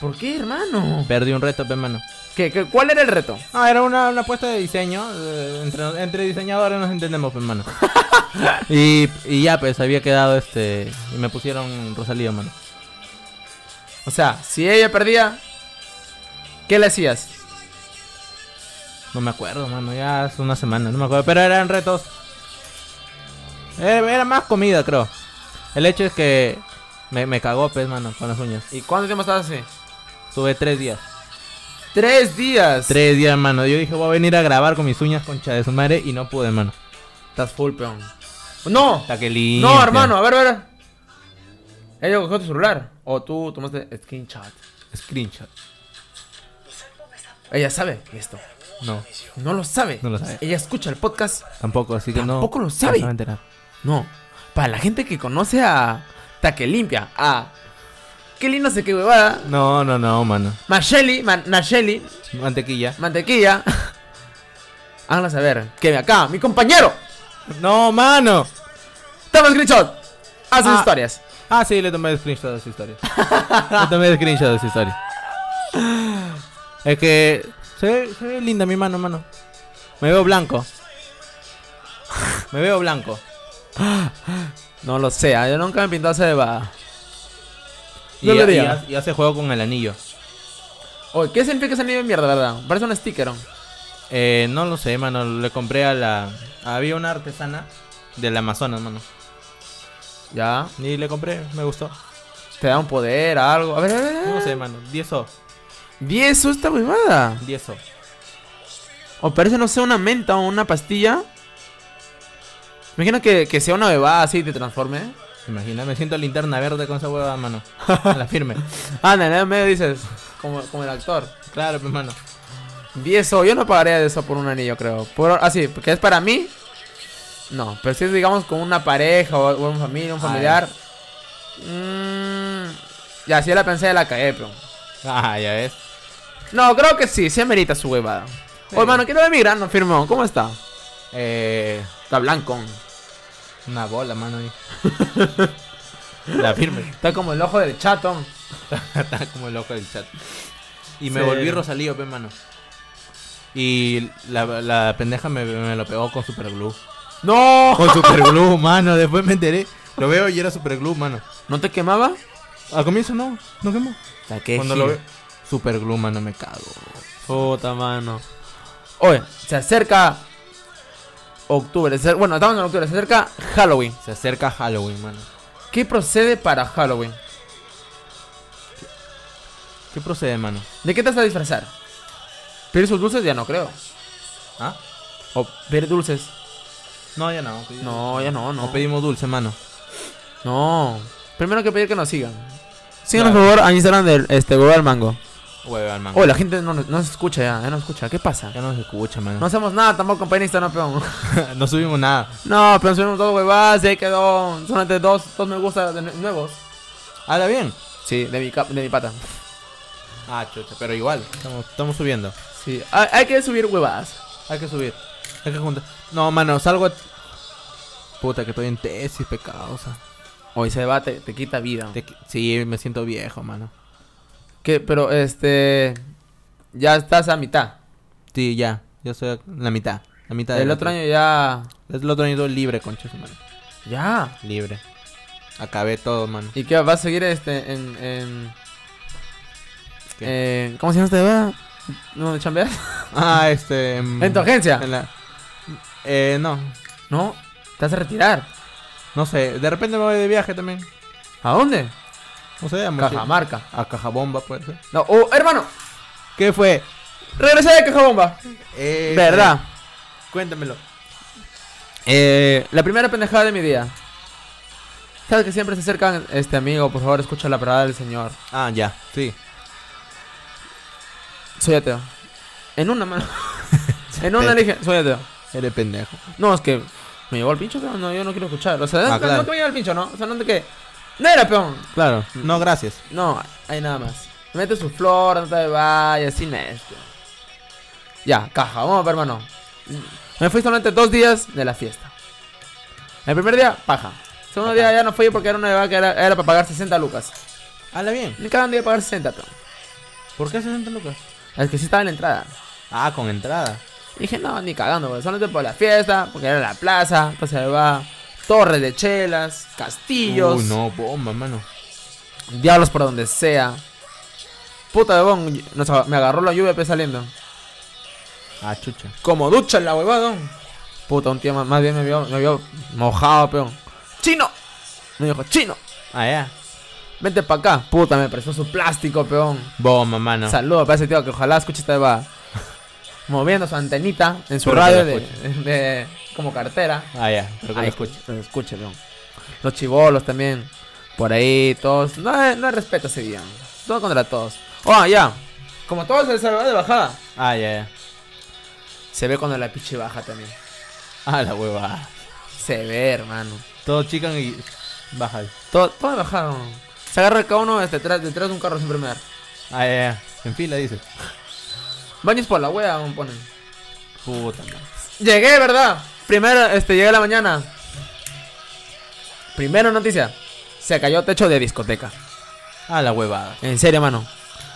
Speaker 1: ¿Por qué, hermano?
Speaker 2: Perdí un reto, pe, mano.
Speaker 1: ¿Qué, qué, cuál era el reto?
Speaker 2: No, Ah, era una, una apuesta de diseño. eh, Entre, entre diseñadores nos entendemos, pues, mano. y, y ya, pues, había quedado este. Y me pusieron Rosalía, mano.
Speaker 1: O sea, si ella perdía, ¿qué le hacías?
Speaker 2: No me acuerdo, mano. Ya hace una semana, no me acuerdo. Pero eran retos. Era, era más comida, creo. El hecho es que me, me cagó, pues, mano, con las uñas.
Speaker 1: ¿Y cuánto tiempo estabas así?
Speaker 2: Tuve tres días.
Speaker 1: Tres días.
Speaker 2: Tres días, mano. Yo dije, voy a venir a grabar con mis uñas, concha de su madre. Y no pude, mano.
Speaker 1: Estás full, peón. No,
Speaker 2: Está que limpia.
Speaker 1: no, hermano, a ver, a ver. Ella cogió tu celular. O tú tomaste screenshot.
Speaker 2: Screenshot.
Speaker 1: Ella sabe esto.
Speaker 2: No,
Speaker 1: No lo sabe.
Speaker 2: No lo sabe.
Speaker 1: Ella escucha el podcast.
Speaker 2: tampoco, así que no.
Speaker 1: Tampoco lo
Speaker 2: no
Speaker 1: sabe.
Speaker 2: se va a enterar.
Speaker 1: No. Para la gente que conoce a Taque Limpia, a. Qué lindo se que huevada.
Speaker 2: No, no, no, mano.
Speaker 1: Masheli, man, Nacheli,
Speaker 2: Mantequilla.
Speaker 1: Mantequilla. Háganlo saber que de acá, mi compañero,
Speaker 2: No, mano.
Speaker 1: toma screenshot. Haz sus
Speaker 2: Ah.
Speaker 1: historias.
Speaker 2: Ah, sí, le tomé el screenshot de su historia. le tomé el screenshot de su historia. Es que se ve, se ve linda mi mano, mano. Me veo blanco. Me veo blanco.
Speaker 1: No lo sé, ah, yo nunca me pinté ceba.
Speaker 2: Y
Speaker 1: No lo
Speaker 2: ya, y
Speaker 1: digas.
Speaker 2: ya- ya se juego con el anillo.
Speaker 1: Oye, ¿qué significa ese anillo de mierda, verdad? Parece un sticker. ¿no?
Speaker 2: Eh, no lo sé, mano. Le compré a la. Había una artesana del Amazonas, mano.
Speaker 1: Ya,
Speaker 2: Y le compré, me gustó.
Speaker 1: te da un poder, algo. A ver, a ver, a ver.
Speaker 2: No sé, mano. 10 o.
Speaker 1: 10 o esta huevada.
Speaker 2: 10 o.
Speaker 1: O parece, no sé, una menta o una pastilla. Me imagino que, que sea una bebada así y te transforme.
Speaker 2: Imagina, me siento linterna verde con esa huevada, mano. A la firme.
Speaker 1: Ah, en el medio dices, como, como el actor.
Speaker 2: Claro, pues, mano.
Speaker 1: 10 o yo no pagaría de eso por un anillo, creo. Por, así, porque es para mí. No, pero si es, digamos, con una pareja o, o una familia, un
Speaker 2: Ay.
Speaker 1: familiar. mm, ya, si ya la pensé, ya la cagué, pero.
Speaker 2: Ah, ya ves.
Speaker 1: No, creo que sí, se merita su huevada.
Speaker 2: Sí.
Speaker 1: Oye, mano, quiero ver mi grano, firmó. ¿Cómo está?
Speaker 2: Eh,
Speaker 1: Está blanco.
Speaker 2: una bola, mano. ahí. la firme.
Speaker 1: Está como el ojo del chato.
Speaker 2: Estaba como loco del chat. Y me
Speaker 1: Sí.
Speaker 2: volví Rosalío, pe, mano. Y la, la pendeja me, me lo pegó con superglue.
Speaker 1: ¡No!
Speaker 2: Con superglue, mano. Después me enteré. Lo veo y era superglue, mano.
Speaker 1: ¿No te quemaba?
Speaker 2: Al comienzo no, no quemó.
Speaker 1: La que
Speaker 2: Cuando lo veo. Superglue, mano, me cago.
Speaker 1: Puta mano. Oye, se acerca octubre. se- Bueno, estamos en octubre, se acerca Halloween.
Speaker 2: Se acerca Halloween, mano.
Speaker 1: ¿Qué procede para Halloween?
Speaker 2: ¿Qué procede, mano?
Speaker 1: ¿De qué te vas a disfrazar? ¿Pedir sus dulces? Ya no creo.
Speaker 2: ¿Ah?
Speaker 1: ¿O pedir dulces?
Speaker 2: No, ya no.
Speaker 1: No, ya no, no.
Speaker 2: No pedimos dulce, mano.
Speaker 1: No. Primero hay que pedir que nos sigan. Síganos,
Speaker 2: Claro.
Speaker 1: por favor, a Instagram del este, Huevo al Mango.
Speaker 2: Huevón, mano.
Speaker 1: Oh, la gente no, nos- no nos escucha ya, ya no nos escucha. ¿Qué pasa?
Speaker 2: Ya no se escucha,
Speaker 1: No
Speaker 2: mano.
Speaker 1: hacemos nada tampoco, compañero Instagram, peón.
Speaker 2: no subimos nada.
Speaker 1: No, pero subimos dos huevadas, ya quedó. Solamente dos, dos me gusta de nue- nuevos.
Speaker 2: Ahora bien.
Speaker 1: Sí, de mi, cap- de mi pata.
Speaker 2: Ah, chucha, pero igual. Estamos, estamos subiendo.
Speaker 1: Sí, hay, hay que subir huevadas.
Speaker 2: Hay que subir. Hay que juntar. No, mano, salgo. a- Puta, que estoy en tesis, pecado. o sea.
Speaker 1: Hoy se va, te, te quita vida.
Speaker 2: Te qui- Sí, me siento viejo, mano.
Speaker 1: ¿Qué? Pero este. Ya estás a mitad.
Speaker 2: Sí, ya. Yo soy la mitad. La mitad de
Speaker 1: El
Speaker 2: la
Speaker 1: otro
Speaker 2: tesis.
Speaker 1: año ya.
Speaker 2: El otro año doy libre, concha, mano.
Speaker 1: Ya.
Speaker 2: Libre. Acabé todo, mano.
Speaker 1: ¿Y qué? ¿Va a seguir este en. en
Speaker 2: ¿Qué?
Speaker 1: eh, ¿Cómo se llama este weá? ¿Dónde chambeas?
Speaker 2: Ah, este. En,
Speaker 1: ¿En tu agencia?
Speaker 2: en la- Eh, no.
Speaker 1: No. Te vas a retirar.
Speaker 2: No sé. De repente me voy de viaje también.
Speaker 1: ¿A dónde?
Speaker 2: No sé, a Mochi-
Speaker 1: Cajamarca.
Speaker 2: A Cajabomba, puede ser.
Speaker 1: No, oh, hermano.
Speaker 2: ¿Qué fue?
Speaker 1: Regresé de Cajabomba.
Speaker 2: Eh,
Speaker 1: ¿Verdad?
Speaker 2: Cuéntamelo.
Speaker 1: Eh, la primera pendejada de mi día. Sabes que siempre se acercan, este amigo, por favor, escucha la palabra del Señor.
Speaker 2: Ah, ya. Sí.
Speaker 1: Soy ateo. En una mano. en
Speaker 2: Eh.
Speaker 1: una le dije, soy ateo.
Speaker 2: Eres pendejo.
Speaker 1: No, es que me llevó el pincho, pero no, yo no quiero escuchar. O sea, no,
Speaker 2: Ah, claro.
Speaker 1: no que me llevó el pincho, ¿no? O sea, no de que. No era peón.
Speaker 2: Claro. No, gracias.
Speaker 1: No, hay nada más. Mete su flor, no te vayas, sin esto. Ya, caja, vamos, pe, hermano. Me fui solamente dos días de la fiesta. El primer día, paja. Segundo
Speaker 2: Paja.
Speaker 1: día ya no fui porque era una bebida que era, era para pagar 60 lucas.
Speaker 2: Hala bien.
Speaker 1: Me acaban de pagar 60, pero.
Speaker 2: ¿Por qué 60 lucas?
Speaker 1: Es que sí estaba en la entrada.
Speaker 2: Ah, con entrada.
Speaker 1: Y dije, no, ni cagando, güey. Solamente por la fiesta, porque era la plaza. Entonces ahí va torres de chelas, castillos,
Speaker 2: Uy, no, bomba, mano.
Speaker 1: diablos por donde sea. Puta de bon, nos aga- me agarró la lluvia pe, saliendo.
Speaker 2: Ah, chucha.
Speaker 1: Como ducha en la huevada. Puta, un tío más, más bien me vio, me vio mojado, peón. ¡Chino! Me dijo, chino,
Speaker 2: Ah, ya.
Speaker 1: vente para acá. Puta, me prestó su plástico, peón.
Speaker 2: Bomba, mano.
Speaker 1: Saludos para ese tío que ojalá escuche esta va moviendo su antenita en su
Speaker 2: Espero que
Speaker 1: radio
Speaker 2: lo
Speaker 1: de, de- como cartera.
Speaker 2: Ah, ya. Pero que lo
Speaker 1: Ay,
Speaker 2: escuche.
Speaker 1: que lo escuche, peón. Los chivolos también. Por ahí, todos. No, hay- no hay respeto ese día. Todo contra todos. Oh, ya. Como todos se saludan de bajada.
Speaker 2: Ah, ya, ya.
Speaker 1: Se ve cuando la piche baja también.
Speaker 2: Ah, la hueva.
Speaker 1: Se ve, hermano.
Speaker 2: Todo chican y. Baja. ahí.
Speaker 1: Todo, todo bajado. Se agarra cada uno este, detrás, detrás de un carro siempre me da.
Speaker 2: Ah, ya, ya. En fila, dice.
Speaker 1: Baños por la wea, aún ponen.
Speaker 2: Puta, mano.
Speaker 1: Llegué, ¿verdad? Primero, este, llegué a la mañana. Primero noticia. Se cayó techo de discoteca.
Speaker 2: Ah, la huevada.
Speaker 1: En serio, mano.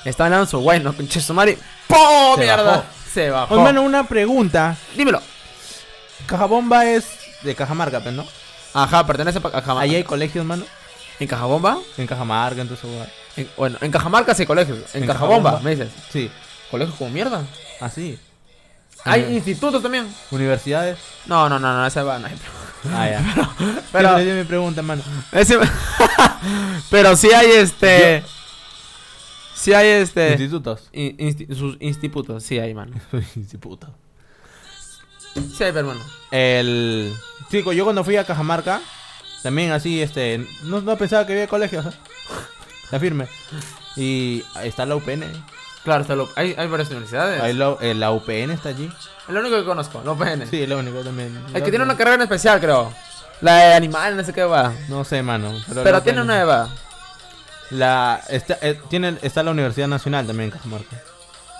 Speaker 1: Estaban dando su guay, no pinche su madre. ¡Po,
Speaker 2: Se
Speaker 1: mierda!
Speaker 2: bajó.
Speaker 1: Se bajó.
Speaker 2: Hermano, una pregunta.
Speaker 1: Dímelo.
Speaker 2: Cajabomba es de Cajamarca, pero no.
Speaker 1: Ajá, pertenece pa- a Cajamarca.
Speaker 2: Ahí hay colegios, mano.
Speaker 1: ¿En Cajabomba?
Speaker 2: En Cajamarca, entonces, huevada.
Speaker 1: En- bueno, en Cajamarca sí, colegios. En,
Speaker 2: En
Speaker 1: Cajabomba,
Speaker 2: Cajabomba.
Speaker 1: me dices.
Speaker 2: Sí.
Speaker 1: Colegios como mierda.
Speaker 2: Así.
Speaker 1: Hay
Speaker 2: Ajá.
Speaker 1: institutos también.
Speaker 2: Universidades.
Speaker 1: No, no, no, no, esa va, no hay
Speaker 2: Ah, ya.
Speaker 1: Pero,
Speaker 2: Pero. dio mi pregunta, mano.
Speaker 1: ese- pero sí hay este. Sí hay este.
Speaker 2: Institutos.
Speaker 1: in- insti- sus institutos, sí hay, mano.
Speaker 2: Sí, puta.
Speaker 1: Sí hay, pero, hermano.
Speaker 2: El. Chico, yo cuando fui a Cajamarca, también así, este. No, no pensaba que había colegios. ¿eh? La firme. Y ahí está la UPN.
Speaker 1: Claro, está lo- hay, hay varias universidades.
Speaker 2: Ahí la, eh, la UPN está allí.
Speaker 1: Es lo único que conozco, lo PN.
Speaker 2: Sí, es lo único también.
Speaker 1: El que tiene una carrera en especial, creo. La de animal, no sé qué va.
Speaker 2: No sé, mano. Pero,
Speaker 1: Pero,
Speaker 2: la
Speaker 1: tiene
Speaker 2: UPN.
Speaker 1: una va.
Speaker 2: La. Está, eh, tiene, está la Universidad Nacional también en Cajamarca.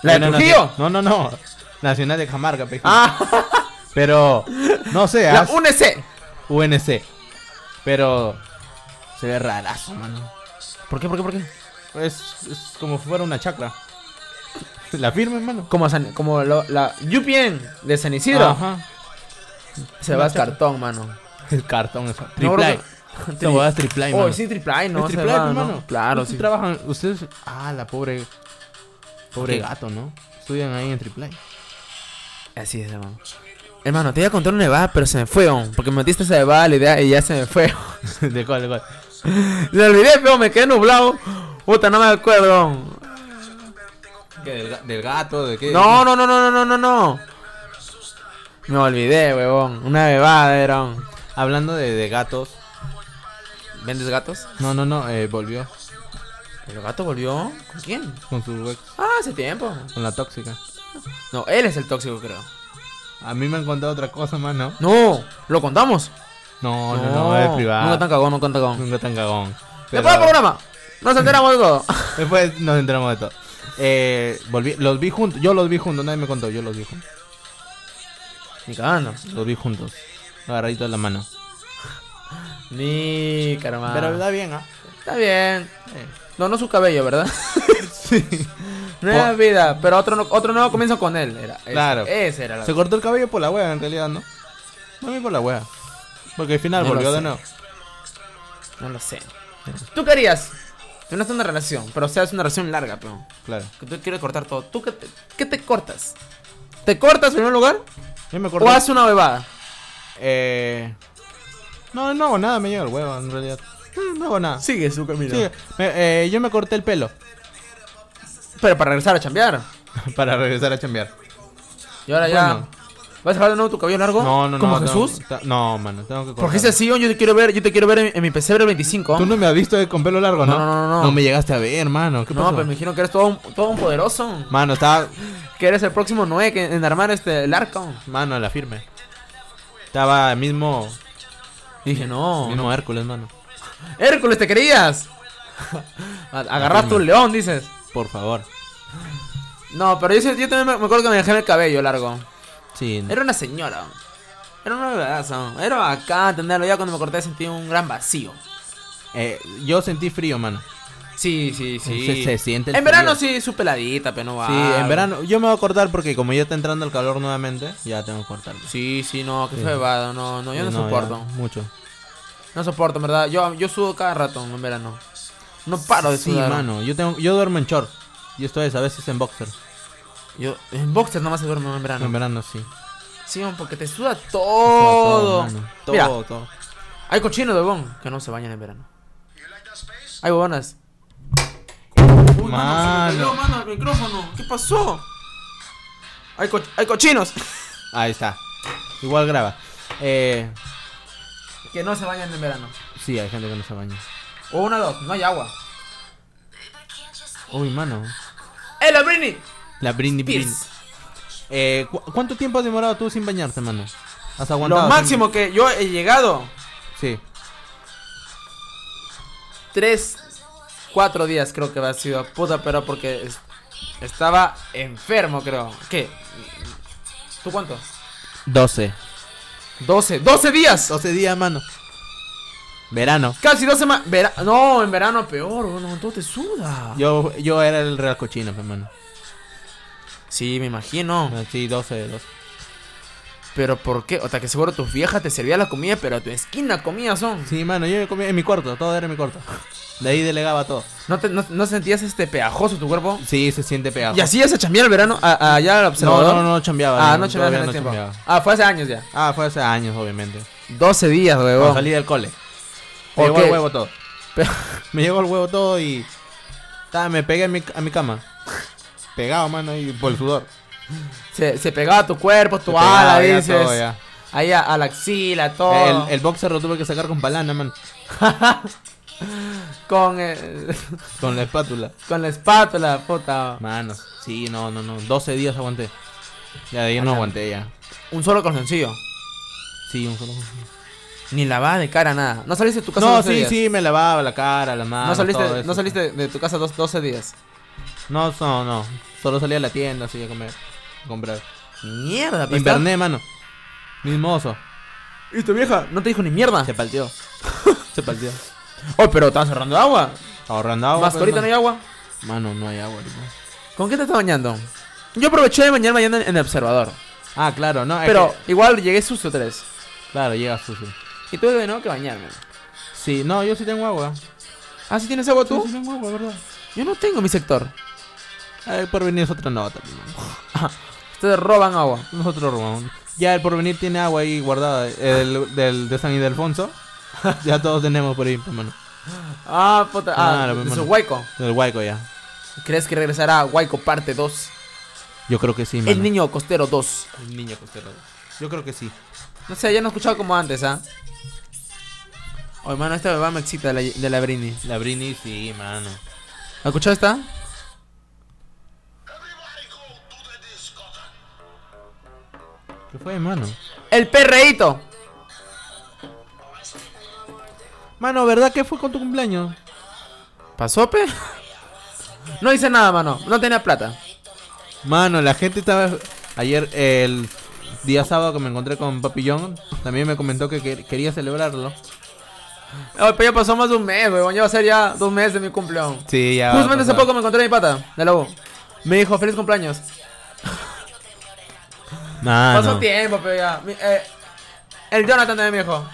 Speaker 1: ¿La de
Speaker 2: Bueno,
Speaker 1: Trujillo?
Speaker 2: naci- No, no, no. Nacional de Cajamarca, pe.
Speaker 1: Ah,
Speaker 2: Pero. No sé,
Speaker 1: la
Speaker 2: haz-
Speaker 1: UNC.
Speaker 2: UNC. Pero. Se ve rarazo, mano.
Speaker 1: ¿Por qué, por qué, por qué?
Speaker 2: Es, es como si fuera una chacra. La firme, hermano.
Speaker 1: Como, San- como lo- la UPN de San Isidro.
Speaker 2: Ajá.
Speaker 1: Se va a
Speaker 2: Una chapa.
Speaker 1: cartón, mano.
Speaker 2: El cartón eso.
Speaker 1: No,
Speaker 2: Triple
Speaker 1: creo
Speaker 2: A. Esa huevada es triple A,
Speaker 1: Oh,
Speaker 2: mano.
Speaker 1: sí, triple A,
Speaker 2: Es
Speaker 1: ¿no? Se
Speaker 2: triple A, pues,
Speaker 1: va, ¿no?
Speaker 2: hermano.
Speaker 1: Claro,
Speaker 2: Ustedes
Speaker 1: sí.
Speaker 2: trabajan, ustedes... Ah, la pobre... Pobre
Speaker 1: ¿Qué?
Speaker 2: gato, ¿no? Estudian ahí en triple A.
Speaker 1: Así es, hermano. Hermano, te iba a contar una nevada, pero se me fue, on, porque me metiste esa nevada la idea y ya se me fue.
Speaker 2: de cuál, de cuál.
Speaker 1: Le olvidé, pero me quedé nublado. Puta, no me acuerdo. on.
Speaker 2: del, gato? ¿De qué?
Speaker 1: No, no, no, no, no, no, no, no. Me olvidé, huevón. Una nevada, era. on.
Speaker 2: Hablando de, de gatos.
Speaker 1: ¿Vendes gatos?
Speaker 2: No, no, no. eh, volvió
Speaker 1: ¿El gato volvió? ¿Con quién?
Speaker 2: con su ex.
Speaker 1: Ah, hace tiempo.
Speaker 2: Con la tóxica.
Speaker 1: No, él es el tóxico, creo.
Speaker 2: A mí me han contado otra cosa más, ¿no?
Speaker 1: No, lo contamos.
Speaker 2: No, no, no. Es privado.
Speaker 1: Nunca tan cagón, nunca tan cagón.
Speaker 2: Nunca tan cagón.
Speaker 1: Después del programa, nos enteramos de todo.
Speaker 2: Después nos enteramos de todo. Eh, volví, los vi juntos. Yo los vi juntos. Nadie me contó. Yo los vi juntos.
Speaker 1: Ni cagando.
Speaker 2: Los vi juntos. Agarradito de la mano.
Speaker 1: Ni caramba.
Speaker 2: Pero está bien, ¿ah?
Speaker 1: Está bien.
Speaker 2: Eh,
Speaker 1: No, no su cabello, ¿verdad?
Speaker 2: Sí.
Speaker 1: Nueva
Speaker 2: Po-
Speaker 1: vida. Pero otro, no- otro nuevo comienzo con él. Era, ese-
Speaker 2: Claro.
Speaker 1: Ese era la.
Speaker 2: Ah. Se cortó el cabello por la wea, en realidad, ¿no? No a mí por la wea. Porque al final
Speaker 1: No lo
Speaker 2: volvió de
Speaker 1: sé.
Speaker 2: nuevo.
Speaker 1: No lo sé. ¿Tú querías? Tú no estás en una relación, pero o sea, es una relación larga, pero.
Speaker 2: Claro.
Speaker 1: Que tú quieres cortar todo. ¿Tú qué te, qué te cortas? ¿Te cortas en primer lugar?
Speaker 2: Yo me
Speaker 1: ¿O
Speaker 2: corté.
Speaker 1: haces una bebada?
Speaker 2: Eh... No, no hago nada. Me llega el huevo, en realidad. Eh, No, no hago nada.
Speaker 1: Sigue su camino.
Speaker 2: Sí, me- eh, yo me corté el pelo
Speaker 1: Pero para regresar a chambear.
Speaker 2: para regresar a chambear.
Speaker 1: Y ahora ya.
Speaker 2: Bueno.
Speaker 1: ¿Vas a dejar de nuevo tu cabello largo?
Speaker 2: No, no, no.
Speaker 1: ¿Como
Speaker 2: tengo-
Speaker 1: Jesús?
Speaker 2: ta- No, mano, tengo que cortar.
Speaker 1: Porque es así, yo te quiero ver, yo te quiero ver en, en mi pesebre el 25.
Speaker 2: Tú no me has visto eh, con pelo largo, ¿no?
Speaker 1: No, no, no, no.
Speaker 2: me llegaste a ver, hermano. ¿Qué
Speaker 1: No, pues
Speaker 2: pasó?
Speaker 1: pero me dijeron que eres todo un, todo un poderoso.
Speaker 2: Mano, estaba.
Speaker 1: Que eres el próximo Noé que- en armar este el arco.
Speaker 2: Mano, la firme. Estaba el mismo.
Speaker 1: Y dije, no.
Speaker 2: mismo Hércules, mano.
Speaker 1: Hércules, ¿te creías? A- Agarraste
Speaker 2: Afirma.
Speaker 1: un león, dices.
Speaker 2: Por favor.
Speaker 1: No, pero yo, sí- yo también me, me acuerdo que me dejé el cabello largo.
Speaker 2: Sí.
Speaker 1: Era una señora. Era una verdadaza. Era bacán tenerlo. Ya cuando me corté sentí un gran vacío.
Speaker 2: Eh, yo sentí frío, mano.
Speaker 1: Sí, sí, sí.
Speaker 2: Se- se siente el
Speaker 1: En verano
Speaker 2: frío.
Speaker 1: sí, su peladita, pero no va.
Speaker 2: Sí, en verano. Yo me voy a cortar porque como ya está entrando el calor nuevamente, ya tengo que cortarlo.
Speaker 1: Sí, sí, no, qué
Speaker 2: Sí.
Speaker 1: febado. No, no, yo no,
Speaker 2: Sí,
Speaker 1: soporto.
Speaker 2: ya, mucho.
Speaker 1: No soporto, en verdad. Yo, yo sudo cada rato en verano. No paro de
Speaker 2: sí,
Speaker 1: sudar.
Speaker 2: mano. Yo tengo, yo duermo en short. Y esto es a veces en boxer.
Speaker 1: Yo en boxer nomás se duerme en verano.
Speaker 2: En verano sí.
Speaker 1: Sí, man, porque te suda
Speaker 2: Todo,
Speaker 1: todo.
Speaker 2: mano.
Speaker 1: Mira,
Speaker 2: todo, todo.
Speaker 1: hay cochinos de bon que no se bañan en verano. Hay huevonas. Uy, mano, se me cayó,
Speaker 2: Mano.
Speaker 1: mano, el micrófono. ¿Qué pasó? Hay, co- hay cochinos
Speaker 2: Ahí está. Igual graba. Eh,
Speaker 1: que no se bañan en verano.
Speaker 2: sí, hay gente que no se baña.
Speaker 1: O una dos, no hay agua.
Speaker 2: Uy, mano.
Speaker 1: ¡Ela, Britney!
Speaker 2: La Britney Britney.
Speaker 1: Spears.
Speaker 2: Eh, ¿cu- ¿Cuánto tiempo has demorado tú sin bañarte, mano? ¿Has aguantado?
Speaker 1: Lo
Speaker 2: sin-
Speaker 1: máximo que yo he llegado,
Speaker 2: Sí.
Speaker 1: tres, cuatro días creo que ha sido puta, pero porque es- estaba enfermo, creo. ¿Qué? ¿Tú cuánto?
Speaker 2: 12.
Speaker 1: 12, 12 días.
Speaker 2: 12 días, mano. Verano.
Speaker 1: Casi dos semanas. no, en verano peor, bueno, todo te suda.
Speaker 2: Yo, yo era el real cochino, hermano.
Speaker 1: Sí, me imagino.
Speaker 2: Sí, 12, 12.
Speaker 1: Pero ¿por qué? O sea, que seguro tus viejas te servían la comida, pero a tu esquina comía son.
Speaker 2: Sí, mano, yo comía en mi cuarto, todo era en mi cuarto. De ahí delegaba todo.
Speaker 1: ¿No, te- no, no sentías este pegajoso tu cuerpo?
Speaker 2: Sí, se siente pegado.
Speaker 1: ¿Y así ya se chambeaba el verano? ¿A- ¿Allá al
Speaker 2: no,
Speaker 1: observador?
Speaker 2: no, no, no chambeaba.
Speaker 1: Ah, no chambeaba
Speaker 2: todavía
Speaker 1: en ese
Speaker 2: no
Speaker 1: tiempo.
Speaker 2: chambeaba.
Speaker 1: Ah, fue hace años ya.
Speaker 2: Ah, fue hace años, obviamente.
Speaker 1: 12 días,
Speaker 2: Cuando
Speaker 1: huevón.
Speaker 2: salí del cole. Me
Speaker 1: ¿O
Speaker 2: llegó
Speaker 1: qué?
Speaker 2: el huevo todo.
Speaker 1: Pero-
Speaker 2: Me llegó el huevo todo y. Ta, me pegué a mi, a mi cama. Pegado, mano, ahí por el sudor.
Speaker 1: Se, se pegaba tu cuerpo, tu
Speaker 2: Se
Speaker 1: ala,
Speaker 2: pegaba ya
Speaker 1: dices.
Speaker 2: todo ya.
Speaker 1: Ahí a, a la axila, todo.
Speaker 2: El, el boxer lo tuve que sacar con palana, man.
Speaker 1: Con, el-
Speaker 2: Con la espátula.
Speaker 1: con la espátula, puta.
Speaker 2: Mano, sí, no, no, no. 12 días aguanté. Ya de ahí no aguanté ya.
Speaker 1: Un solo calzoncillo.
Speaker 2: Sí, un solo.
Speaker 1: Ni lavada de cara, nada. No saliste de tu casa
Speaker 2: No,
Speaker 1: 12
Speaker 2: sí,
Speaker 1: días.
Speaker 2: sí, me lavaba la cara, la mano.
Speaker 1: No
Speaker 2: Ah, todo
Speaker 1: saliste,
Speaker 2: eso.
Speaker 1: no saliste de tu casa dos- 12 días.
Speaker 2: No, no, no. Solo salí a la tienda, así a comer. A comprar.
Speaker 1: Mierda, pero
Speaker 2: Inverné, mano. Mismoso.
Speaker 1: está- ¿Y tu vieja? No te dijo ni mierda.
Speaker 2: Se partió. Se partió.
Speaker 1: Oh, pero están cerrando agua.
Speaker 2: Ahorrando agua.
Speaker 1: Más que
Speaker 2: pues,
Speaker 1: ahorita no hay
Speaker 2: mano.
Speaker 1: agua.
Speaker 2: Mano, no hay agua ahorita.
Speaker 1: ¿Con qué te estás bañando? Yo aproveché de bañarme mañana en el observador.
Speaker 2: Ah, claro, no. es
Speaker 1: Pero
Speaker 2: que-
Speaker 1: igual llegué sucio tres.
Speaker 2: claro, llega sucio.
Speaker 1: Y tuve de nuevo que bañarme.
Speaker 2: Sí, no, yo sí tengo agua.
Speaker 1: Ah, ¿sí tienes agua tú?
Speaker 2: Sí, sí tengo agua, ¿verdad? Ah,
Speaker 1: Yo no tengo mi sector.
Speaker 2: El porvenir es otra nota, mi mano.
Speaker 1: Ustedes roban agua.
Speaker 2: Nosotros robamos. Ya el porvenir tiene agua ahí guardada. El del de San Ildefonso. ya todos tenemos por ahí, hermano.
Speaker 1: Ah, puta. Ah,
Speaker 2: Claro,
Speaker 1: de
Speaker 2: mi
Speaker 1: su
Speaker 2: mano.
Speaker 1: Huayco.
Speaker 2: Del Huayco ya.
Speaker 1: ¿Crees que regresará a Huayco parte 2?
Speaker 2: Yo creo que sí, mano.
Speaker 1: El niño costero 2.
Speaker 2: El niño costero. Yo creo que sí.
Speaker 1: No sé, ya no he escuchado como antes, ¿ah? Oh, hermano, esta beba me excita de la, de la Brini.
Speaker 2: La Brini, sí, mano.
Speaker 1: ¿Has escuchado esta?
Speaker 2: ¿Qué fue, mano?
Speaker 1: El perreíto.
Speaker 2: Mano, ¿verdad que fue con tu cumpleaños?
Speaker 1: ¿Pasó, pe? No hice nada, mano. No tenía plata.
Speaker 2: Mano, la gente estaba. Ayer, el día sábado que me encontré con Papillón, también me comentó que quer- quería celebrarlo.
Speaker 1: Oh, pero ya pasó más de un mes, weón. Ya va a ser ya dos meses de mi cumpleaños.
Speaker 2: Sí, ya.
Speaker 1: Justamente hace poco me encontré a mi pata, de la U. Me dijo, feliz cumpleaños. Pasó
Speaker 2: Mano.
Speaker 1: tiempo, pero ya. Mi- eh, el Jonathan también me dijo.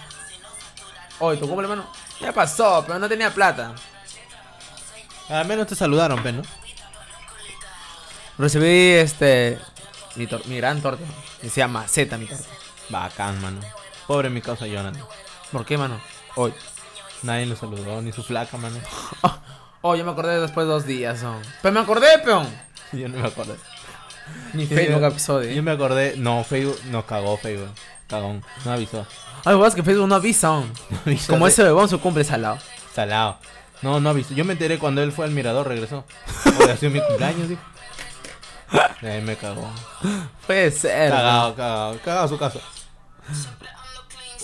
Speaker 1: Hoy, ¿tu cumple, hermano? Ya pasó, pero no tenía plata.
Speaker 2: Al menos te saludaron, pero ¿no?
Speaker 1: Recibí este. Mi, tor- mi gran torta. Decía maceta mi torta.
Speaker 2: Bacán, mano. Pobre mi causa Jonathan.
Speaker 1: ¿Por qué, mano? Hoy.
Speaker 2: Nadie lo saludó, ni su flaca, mano.
Speaker 1: Oh, oh, yo me acordé después de dos días, son. Pero me acordé, peón.
Speaker 2: Yo no me acordé.
Speaker 1: Ni Facebook
Speaker 2: yo,
Speaker 1: episodio. ¿eh?
Speaker 2: Yo me acordé. No, Facebook nos cagó, Facebook. Cagón. No avisó.
Speaker 1: Ay, weón, es Ah, que Facebook no avisa, son.
Speaker 2: avisó
Speaker 1: Como
Speaker 2: de-
Speaker 1: ese bebón su cumple es al lado.
Speaker 2: Salado. No, no avisó. Yo me enteré cuando él fue al mirador, regresó. Porque ha sido mi cumpleaños, dijo. Ahí me cagó.
Speaker 1: Puede ser.
Speaker 2: Cagado, cagado. Cagado su casa.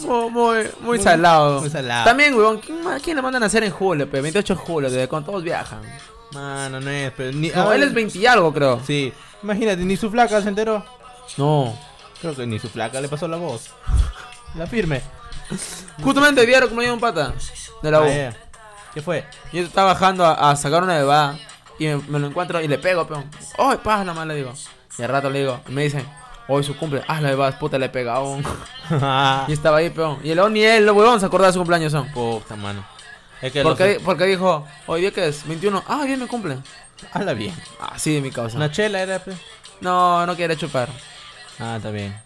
Speaker 1: Muy, muy, muy, salado.
Speaker 2: muy salado.
Speaker 1: También, weón, ¿quién, ma- quién le mandan a hacer en julio, pe? 28 de julio, que cuando todos viajan.
Speaker 2: Mano, no es. Pero ni,
Speaker 1: No,
Speaker 2: ah,
Speaker 1: él es 20 y algo, creo.
Speaker 2: Sí. Imagínate, ni su flaca se enteró.
Speaker 1: No.
Speaker 2: Creo que ni su flaca le pasó la voz. La firme.
Speaker 1: Justamente hoy día era cumpleaños de un pata de la U.
Speaker 2: Ah, ya.
Speaker 1: ¿Qué fue? Yo estaba bajando a, a sacar una bebada y me, me lo encuentro y le pego, peón. ¡Ay, paz! Nada más le digo. Y al rato le digo, y me dicen, hoy su cumple. ¡Ah, la bebada, puta, le he pegado! y estaba ahí, peón. Y el león ni él, los huevón, se acordaba de su cumpleaños, son.
Speaker 2: Puta mano. Es que
Speaker 1: Porque,
Speaker 2: los-
Speaker 1: di- porque dijo, hoy día que es 21. ¡Ah, bien me cumple!
Speaker 2: Habla bien.
Speaker 1: Así de mi causa.
Speaker 2: Una chela era, pe.
Speaker 1: No, no quiere chupar.
Speaker 2: Ah, está bien.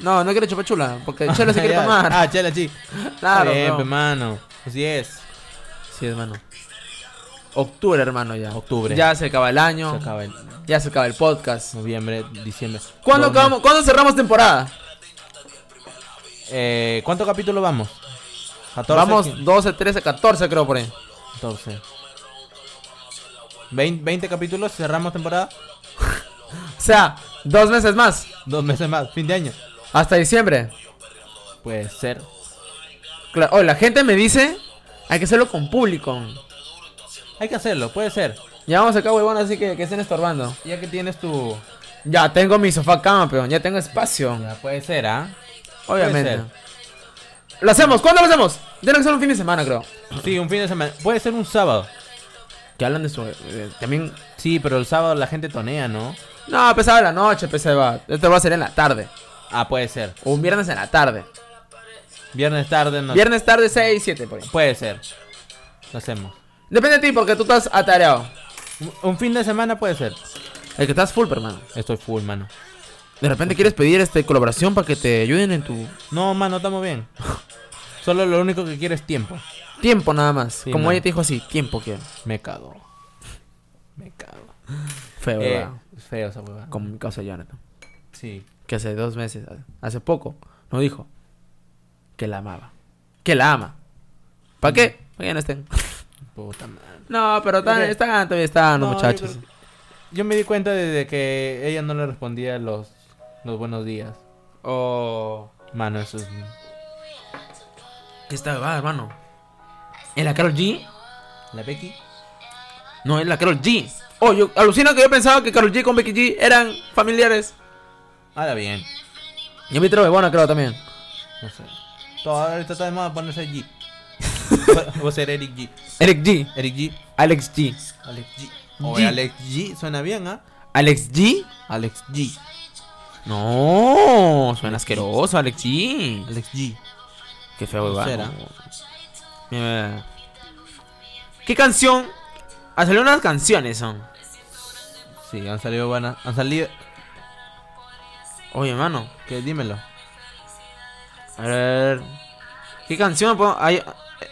Speaker 1: No, no quiere chupar chula, porque chelo se quiere
Speaker 2: Ya.
Speaker 1: tomar.
Speaker 2: Ah, chela, sí.
Speaker 1: claro,
Speaker 2: Está bien,
Speaker 1: peón.
Speaker 2: pe, mano. Así es.
Speaker 1: Sí, hermano. Octubre, hermano, ya.
Speaker 2: Octubre.
Speaker 1: Ya se acaba el año.
Speaker 2: Se acaba el
Speaker 1: Ya se acaba el podcast.
Speaker 2: noviembre, diciembre.
Speaker 1: ¿Cuándo,
Speaker 2: Dos
Speaker 1: acabamos, ¿cuándo cerramos temporada?
Speaker 2: meses. Eh, ¿Cuántos capítulos vamos? 14.
Speaker 1: Vamos 12, 13, 14 creo por ahí.
Speaker 2: 14. 20, 20 capítulos, cerramos temporada.
Speaker 1: O sea, dos meses más.
Speaker 2: Dos meses más, fin de año.
Speaker 1: Hasta diciembre.
Speaker 2: Puede ser.
Speaker 1: Claro, oh, la gente me dice, hay que hacerlo con público.
Speaker 2: Hay que hacerlo, puede ser.
Speaker 1: Ya vamos acá, huevón, así que, que estén estorbando.
Speaker 2: Ya que tienes tu.
Speaker 1: Ya tengo mi sofá cama, peón. Ya tengo espacio.
Speaker 2: Ya, puede ser, ¿ah?
Speaker 1: Obviamente.
Speaker 2: Puede
Speaker 1: Lo hacemos, ¿cuándo lo hacemos? Tiene que ser un fin de semana, creo.
Speaker 2: Sí, un fin de semana. Puede ser un sábado.
Speaker 1: Que hablan de su. eh, también.
Speaker 2: Sí, pero el sábado la gente tonea, ¿no?
Speaker 1: No, pesaba la noche, pesaba. Esto va a ser en la tarde.
Speaker 2: Ah, puede ser.
Speaker 1: O un viernes en la tarde.
Speaker 2: Viernes tarde, no.
Speaker 1: Viernes tarde 6, 7 por ahí.
Speaker 2: Puede ser. Lo hacemos.
Speaker 1: Depende de ti porque tú estás atareado.
Speaker 2: Un, un fin de semana puede ser.
Speaker 1: El que estás full, hermano.
Speaker 2: Estoy full, mano.
Speaker 1: De repente quieres pedir este colaboración para que te ayuden en tu
Speaker 2: No, mano, estamos bien. Solo lo único que quiero es tiempo.
Speaker 1: tiempo nada más.
Speaker 2: Sí,
Speaker 1: Como
Speaker 2: mano.
Speaker 1: ella te dijo así, tiempo quiero.
Speaker 2: Me cago. Me cago.
Speaker 1: Feo,
Speaker 2: Eh,
Speaker 1: ¿verdad?
Speaker 2: feo esa huevada.
Speaker 1: Como mi causa Jonathan.
Speaker 2: Sí.
Speaker 1: Que hace dos meses, hace poco, nos dijo que la amaba. Que la ama. ¿Para qué? Para que ya no estén.
Speaker 2: Puta madre.
Speaker 1: No, pero están,
Speaker 2: Ok.
Speaker 1: están, todavía están los
Speaker 2: No, yo
Speaker 1: Ah, muchachos.
Speaker 2: creo Yo me di cuenta desde que ella no le respondía los, los buenos días.
Speaker 1: O.
Speaker 2: Mano, eso es...
Speaker 1: Oh. ¿Qué está bebada, hermano? ¿Es la Carol G?
Speaker 2: ¿La Becky?
Speaker 1: No, es la Carol G. Oh, yo alucino que yo pensaba que Carol G con Becky G eran familiares.
Speaker 2: Ahora bien.
Speaker 1: Y a mí Trove Bona creo también.
Speaker 2: No sé. Todo, ahorita está de moda ponerse G. Va a ser Eric G.
Speaker 1: Eric G.
Speaker 2: Eric G.
Speaker 1: Alex G.
Speaker 2: Alex G.
Speaker 1: G.
Speaker 2: Oye, Alex G suena bien, ¿ah?
Speaker 1: ¿Alex G?
Speaker 2: Alex G.
Speaker 1: No, suena asqueroso, Alex G.
Speaker 2: Alex G.
Speaker 1: Qué feo,
Speaker 2: No
Speaker 1: weón.
Speaker 2: será.
Speaker 1: Mira. ¿Qué canción? Ah, salió unas canciones son.
Speaker 2: Sí, han salido buenas. Han salido.
Speaker 1: Oye, hermano.
Speaker 2: Que dímelo.
Speaker 1: A ver. ¿Qué canción? puedo- Hay...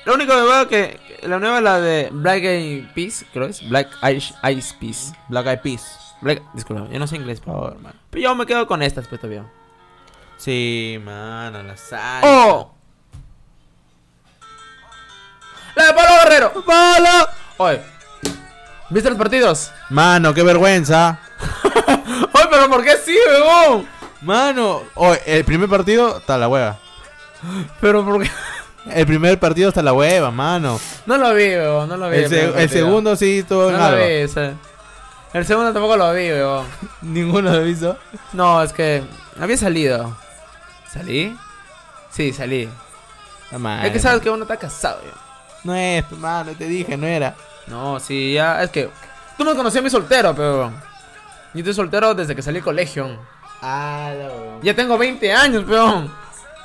Speaker 1: Lo único que veo que. que La nueva es la de Black Eyed Peas, creo que es. Black Eyed Eyed Peas.
Speaker 2: Black Eyed Peas.
Speaker 1: Black... Disculpa, yo no sé inglés,
Speaker 2: Por
Speaker 1: pero.
Speaker 2: favor, mano.
Speaker 1: pero yo me quedo con estas, pues todavía.
Speaker 2: Sí, mano, la sal.
Speaker 1: ¡Oh! ¡La de Pablo Guerrero! ¡Pablo! Oye, ¿viste los partidos?
Speaker 2: Mano, qué vergüenza.
Speaker 1: ¡Oye, pero por qué sí, weón!
Speaker 2: Mano, oh, el primer partido está la hueva.
Speaker 1: Pero por qué.
Speaker 2: El primer partido está la hueva, mano.
Speaker 1: No lo vi, weón, no lo vi.
Speaker 2: El, se-
Speaker 1: primer
Speaker 2: el
Speaker 1: partido.
Speaker 2: segundo sí estuvo
Speaker 1: No
Speaker 2: en
Speaker 1: lo
Speaker 2: algo.
Speaker 1: vi, o sea, El segundo tampoco lo vi, weón.
Speaker 2: Ninguno lo hizo.
Speaker 1: No, es que. Había salido. ¿Salí? Sí, salí. es que sabes que uno está casado, weón.
Speaker 2: No es, mano, te dije, no era.
Speaker 1: No, sí, ya. Es que. Tú me conocías a mí soltero, pero. Yo estoy soltero desde que salí del colegio.
Speaker 2: Ah, la
Speaker 1: Ya tengo 20 años, peón.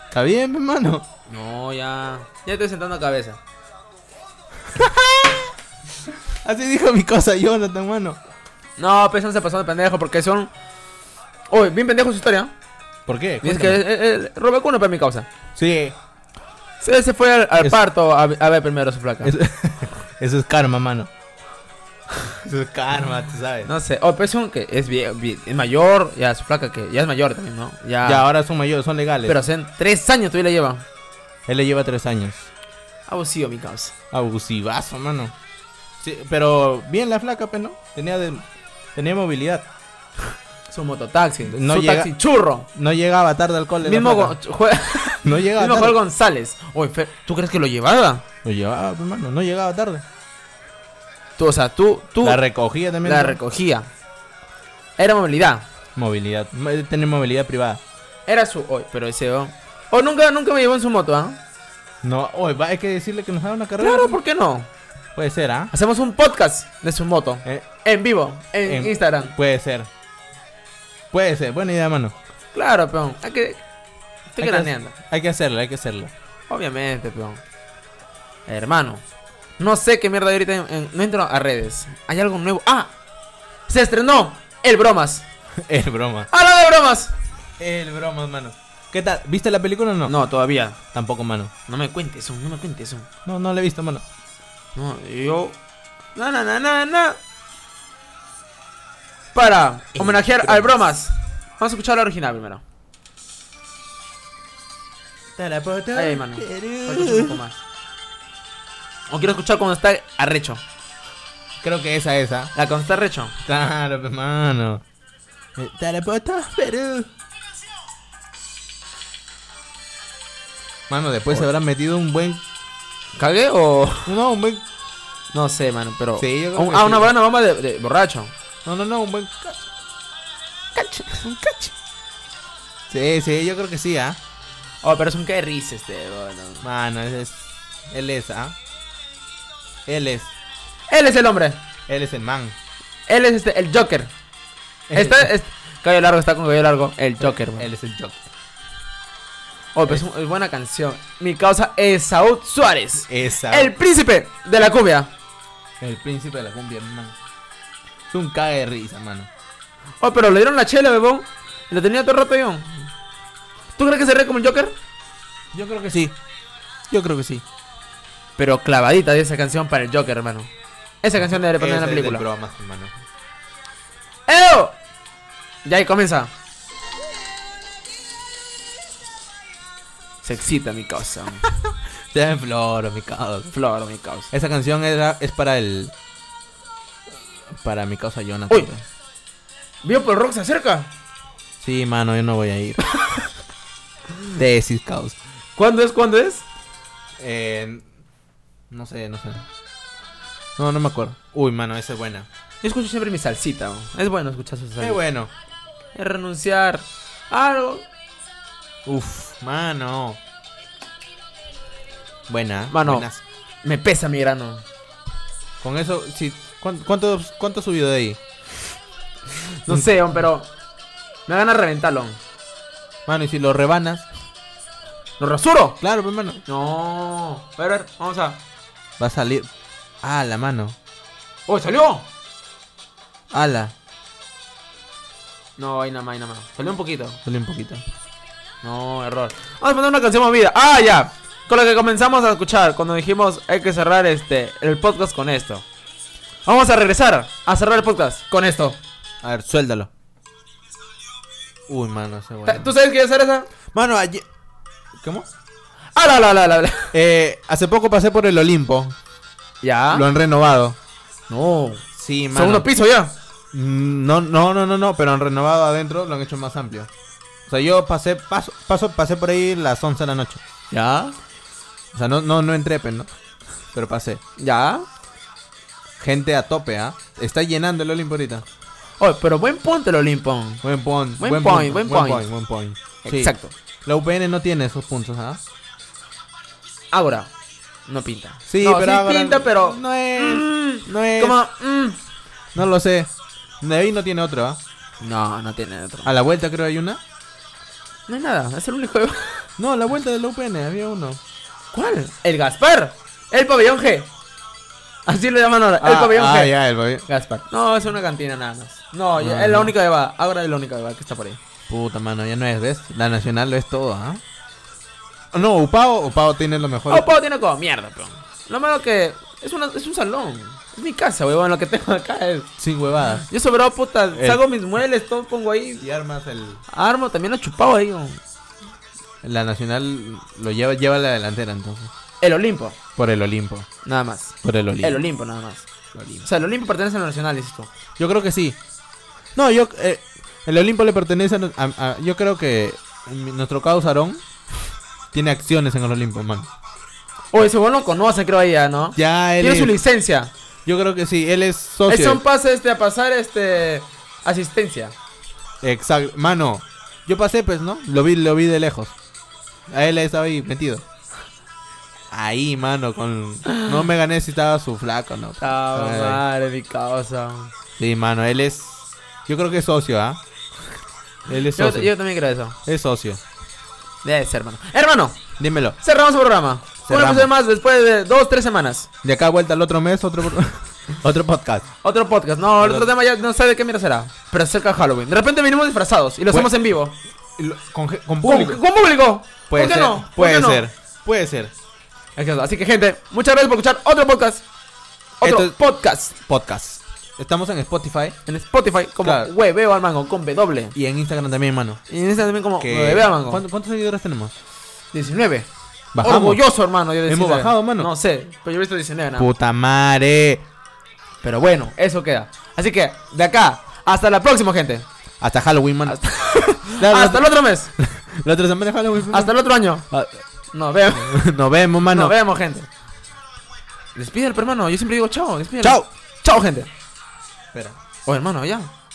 Speaker 2: Está bien, hermano.
Speaker 1: No, ya. Ya estoy sentando cabeza.
Speaker 2: Así dijo mi cosa Jonathan, mano.
Speaker 1: No, pesan se pasó de pendejo porque son. Uy, bien pendejo su historia.
Speaker 2: ¿Por qué?
Speaker 1: Dice que eh, eh, robé cuno para mi causa.
Speaker 2: Sí.
Speaker 1: Se, se fue al, al
Speaker 2: Es-
Speaker 1: parto a, a ver primero su flaca.
Speaker 2: Eso, eso es karma, mano. Eso es karma, tú sabes.
Speaker 1: No sé. Oh, pesan que es, vie- vie- es mayor. Ya su flaca que ya es mayor también, ¿no? Ya.
Speaker 2: Ya ahora son mayores, son legales.
Speaker 1: pero hace tres años todavía la lleva.
Speaker 2: Él le lleva tres años.
Speaker 1: Abusivo mi causa.
Speaker 2: Abusivazo, mano. Sí, pero bien la flaca, pero no. Tenía, de- tenía movilidad.
Speaker 1: Su mototaxi.
Speaker 2: No
Speaker 1: su
Speaker 2: llega-
Speaker 1: taxi churro.
Speaker 2: No llegaba tarde al cole. la
Speaker 1: Mismo,
Speaker 2: flaca.
Speaker 1: go- jue-
Speaker 2: No llegaba
Speaker 1: mismo
Speaker 2: tarde.
Speaker 1: Joel González. Oye, Fer, ¿tú crees que lo llevaba?
Speaker 2: No llegaba, pues, mano. No llegaba tarde.
Speaker 1: Tú, o sea, tú, tú.
Speaker 2: La recogía también.
Speaker 1: La
Speaker 2: ¿no?
Speaker 1: recogía. Era movilidad.
Speaker 2: Movilidad. mo- Tiene movilidad privada.
Speaker 1: Era su. hoy pero ese. O nunca, nunca me llevó en su moto, ¿ah?
Speaker 2: No, oye, va, hay que decirle que nos haga una carrera.
Speaker 1: Claro, ¿por qué no?
Speaker 2: Puede ser, ¿ah?
Speaker 1: Hacemos un podcast de su moto.
Speaker 2: Eh,
Speaker 1: En vivo, en,
Speaker 2: en-
Speaker 1: Instagram.
Speaker 2: Puede ser. Puede ser, buena idea, mano.
Speaker 1: Claro, peón. Hay que. Estoy
Speaker 2: Hay que-
Speaker 1: craneando.
Speaker 2: Hay que hacerlo, hay que hacerlo.
Speaker 1: Obviamente, peón. Hermano. No sé qué mierda hay ahorita. en- en- no entro a redes. Hay algo nuevo. ¡Ah! Se estrenó el Bromas.
Speaker 2: El broma.
Speaker 1: ¡Habla de Bromas!
Speaker 2: El broma, mano. ¿Qué tal? ¿Viste la película o no?
Speaker 1: No, todavía.
Speaker 2: Tampoco, mano.
Speaker 1: No me cuentes eso, no me cuentes eso.
Speaker 2: No, no la he visto, mano.
Speaker 1: No, yo. No, no, no, no, no. Para homenajear al Bromas. Vamos a escuchar la original primero. Ahí, mano. Para escuchar un poco más. O quiero escuchar cuando está arrecho.
Speaker 2: Creo que esa, esa.
Speaker 1: La cuando está arrecho.
Speaker 2: Claro, pues, mano. Perú. Mano, después se habrán metido un buen.
Speaker 1: ¿Cagué o.?
Speaker 2: No, un buen.
Speaker 1: No sé, mano, pero.
Speaker 2: Sí, yo creo
Speaker 1: Un-
Speaker 2: que
Speaker 1: ah,
Speaker 2: sí.
Speaker 1: una buena bomba de, de borracho.
Speaker 2: No, no, no, un buen. Cacho. Cacho, un cacho. Sí, sí, yo creo que sí, ¿ah?
Speaker 1: Oh, pero es un que risa este, bueno.
Speaker 2: Mano, ese es. Él es, ¿ah? Él es.
Speaker 1: Él es el hombre.
Speaker 2: Él es el man.
Speaker 1: Él es este, el Joker. Está. es- cabello largo, está con cabello largo. El Joker, man.
Speaker 2: Él es el Joker.
Speaker 1: Oh, pero es, un- es buena canción. Mi causa es Saúl Suárez.
Speaker 2: Esa.
Speaker 1: El príncipe de la cumbia.
Speaker 2: El príncipe de la cumbia, mano. Es un cague de risa, mano.
Speaker 1: Oh, pero le dieron la chela, bebón. Y lo tenía todo roto yo. ¿Tú crees que se ríe como el Joker?
Speaker 2: Yo creo que sí. Yo creo que sí.
Speaker 1: Pero clavadita de esa canción para el Joker, hermano. Esa canción le debe poner en la
Speaker 2: Ese es el
Speaker 1: película.
Speaker 2: broma, hermano.
Speaker 1: ¡Eo! Ya ahí comienza. Se excita mi causa.
Speaker 2: Te floro, mi causa.
Speaker 1: Flor, mi causa.
Speaker 2: Esa canción era, es para el. Para mi causa Jonathan.
Speaker 1: Uy. ¿Vio por rock se acerca?
Speaker 2: Sí, mano, yo no voy a ir. Tesis, causa.
Speaker 1: ¿Cuándo es? ¿Cuándo es?
Speaker 2: Eh, no sé, no sé. No, no me acuerdo. Uy, mano, esa es buena.
Speaker 1: Yo escucho siempre mi salsita. bro. Es bueno escuchar su
Speaker 2: Qué
Speaker 1: salsita.
Speaker 2: bueno.
Speaker 1: Es renunciar a algo.
Speaker 2: Uf, mano. Buena.
Speaker 1: Mano.
Speaker 2: buenas.
Speaker 1: Me pesa mi grano.
Speaker 2: Con eso, sí. ¿cuán- ¿Cuánto, cuánto subió de ahí?
Speaker 1: No sé, hom, pero me van a reventarlo.
Speaker 2: Mano, y si lo rebanas.
Speaker 1: ¿Lo rasuro?
Speaker 2: Claro, pues, mano.
Speaker 1: No. A ver, a ver, vamos a.
Speaker 2: Va a salir. Ala, mano.
Speaker 1: ¡Oh, salió!
Speaker 2: Ala.
Speaker 1: No, ahí nada más, ahí nada más. Salió un poquito.
Speaker 2: Sale un poquito.
Speaker 1: No, error. Vamos a poner una canción movida. ¡Ah, ya! Con la que comenzamos a escuchar cuando dijimos hay que cerrar este el podcast con esto. Vamos a regresar a cerrar el podcast con esto.
Speaker 2: A ver, suéltalo. Uy, mano, ese bueno.
Speaker 1: ¿Tú sabes qué hacer esa?
Speaker 2: Mano, ayer. ¿Cómo?
Speaker 1: ¡Ah, la, la, la, la! la!
Speaker 2: Eh, hace poco pasé por el Olimpo.
Speaker 1: ¿Ya?
Speaker 2: Lo han renovado.
Speaker 1: No.
Speaker 2: Ah. Sí,
Speaker 1: Segundo piso ya.
Speaker 2: Mm, No, no, no, no, no, pero han renovado adentro, lo han hecho más amplio. O sea, yo pasé, paso, paso, pasé por ahí las 11 de la noche.
Speaker 1: ¿Ya?
Speaker 2: O sea, no, no, no entré, pues, ¿no? Pero pasé.
Speaker 1: ¿Ya?
Speaker 2: Gente a tope, ¿ah? Está llenando el Olimpo ahorita.
Speaker 1: Oh, pero buen punto el Olimpo.
Speaker 2: Buen point.
Speaker 1: Buen point, buen point.
Speaker 2: Buen point. Sí.
Speaker 1: Exacto.
Speaker 2: La UPN no tiene esos puntos, ¿ah?
Speaker 1: Ahora, no pinta.
Speaker 2: Sí,
Speaker 1: No,
Speaker 2: pero ahora-
Speaker 1: pinta, pero.
Speaker 2: No es.
Speaker 1: Mm,
Speaker 2: No es.
Speaker 1: como, mm.
Speaker 2: No lo sé. De ahí no tiene otro, ¿ah?
Speaker 1: No, no tiene otro.
Speaker 2: A la vuelta creo hay una.
Speaker 1: No hay nada, es el único.
Speaker 2: No, a la vuelta de la UPN había uno.
Speaker 1: ¿Cuál? El Gaspar. El pabellón G. Así lo llaman ahora. el
Speaker 2: Ah,
Speaker 1: pabellón
Speaker 2: ah,
Speaker 1: G.
Speaker 2: ya, el pabellón.
Speaker 1: Gaspar. No, es una cantina nada más. No, ya-
Speaker 2: Ah,
Speaker 1: es la
Speaker 2: no.
Speaker 1: única de va. Ahora es la única de va que está por ahí.
Speaker 2: Puta mano, ya no es, ¿ves? La nacional lo es todo, ¿ah? No, Upao, Upao tiene lo mejor.
Speaker 1: Oh, Pau tiene como mierda, pero. Lo malo que. Es, una, es un salón. Es mi casa, weón. Lo que tengo acá es.
Speaker 2: Sin huevadas.
Speaker 1: Yo sobrado puta.
Speaker 2: El-
Speaker 1: Saco mis muebles, todo pongo ahí.
Speaker 2: Y armas el.
Speaker 1: Armo, también lo chupado ahí, weón.
Speaker 2: La nacional lo lleva, lleva a la delantera entonces.
Speaker 1: El Olimpo,
Speaker 2: Por el Olimpo.
Speaker 1: nada más.
Speaker 2: Por el Olimpo.
Speaker 1: El Olimpo, nada más. O sea, el Olimpo pertenece a lo nacional, dices tú.
Speaker 2: Yo creo que sí. No, yo. eh, el Olimpo le pertenece a, a- a- Yo creo que mi- nuestro causarón tiene acciones en el Olimpo, man.
Speaker 1: O ese bueno lo conoce, creo ella, ¿no?
Speaker 2: Ya él.
Speaker 1: Tiene su
Speaker 2: es-
Speaker 1: licencia.
Speaker 2: yo creo que sí, él es
Speaker 1: Es
Speaker 2: socio.
Speaker 1: un pase este, a pasar este asistencia.
Speaker 2: Exacto. Mano, yo pasé, pues, ¿no? Lo vi, lo vi de lejos. A él estaba ahí metido. ahí, mano, con... No me gané si estaba su flaco, ¿no?
Speaker 1: Ah,
Speaker 2: Ay.
Speaker 1: madre, mi causa.
Speaker 2: Sí, mano, él es... Yo creo que es socio, ¿ah? Él es
Speaker 1: Yo,
Speaker 2: socio.
Speaker 1: yo también creo eso.
Speaker 2: Es socio.
Speaker 1: Debe ser, hermano. Hermano,
Speaker 2: Dímelo.
Speaker 1: cerramos el programa. Un
Speaker 2: Cerramos.
Speaker 1: episodio más después de dos, tres semanas.
Speaker 2: De acá vuelta al otro mes, otro, otro podcast.
Speaker 1: Otro podcast. No, el
Speaker 2: Perdón.
Speaker 1: otro tema ya no sé de qué mierda será. Pero acerca de Halloween. De repente venimos disfrazados y lo
Speaker 2: Pues-
Speaker 1: hacemos en vivo.
Speaker 2: Con, con
Speaker 1: ¿Con, con público?
Speaker 2: Puede
Speaker 1: ¿Por qué
Speaker 2: ser.
Speaker 1: no? ¿Por
Speaker 2: Puede
Speaker 1: qué no?
Speaker 2: ser. Puede ser.
Speaker 1: Exacto. Así que, gente, muchas gracias por escuchar otro podcast. Otro
Speaker 2: Esto es-
Speaker 1: podcast
Speaker 2: Podcast. Estamos en Spotify
Speaker 1: en Spotify como
Speaker 2: Claro.
Speaker 1: Hueveo al Mango con W.
Speaker 2: y en Instagram también, mano.
Speaker 1: Y en Instagram también como
Speaker 2: Que-
Speaker 1: Hueveo al Mango.
Speaker 2: ¿Cuánto- ¿Cuántos seguidores tenemos?
Speaker 1: 19.
Speaker 2: Bajamos.
Speaker 1: Orgulloso, hermano. yo de
Speaker 2: Hemos
Speaker 1: 19.
Speaker 2: bajado, mano.
Speaker 1: No sé, pero yo he visto 19 nada. más.
Speaker 2: Puta madre.
Speaker 1: Pero bueno, eso queda. Así que, de acá, hasta la próxima, gente.
Speaker 2: Hasta Halloween, mano.
Speaker 1: Hasta,
Speaker 2: La- la-
Speaker 1: hasta el otro mes.
Speaker 2: La otra semana es Halloween.
Speaker 1: Hasta el otro año.
Speaker 2: Ah,
Speaker 1: Nos vemos.
Speaker 2: Nos vemos, mano.
Speaker 1: Nos vemos, gente. Despide el hermano. Yo siempre digo chao. despídelo.
Speaker 2: Chao.
Speaker 1: Chao, gente.
Speaker 2: Espera.
Speaker 1: Oh, hermano, ya.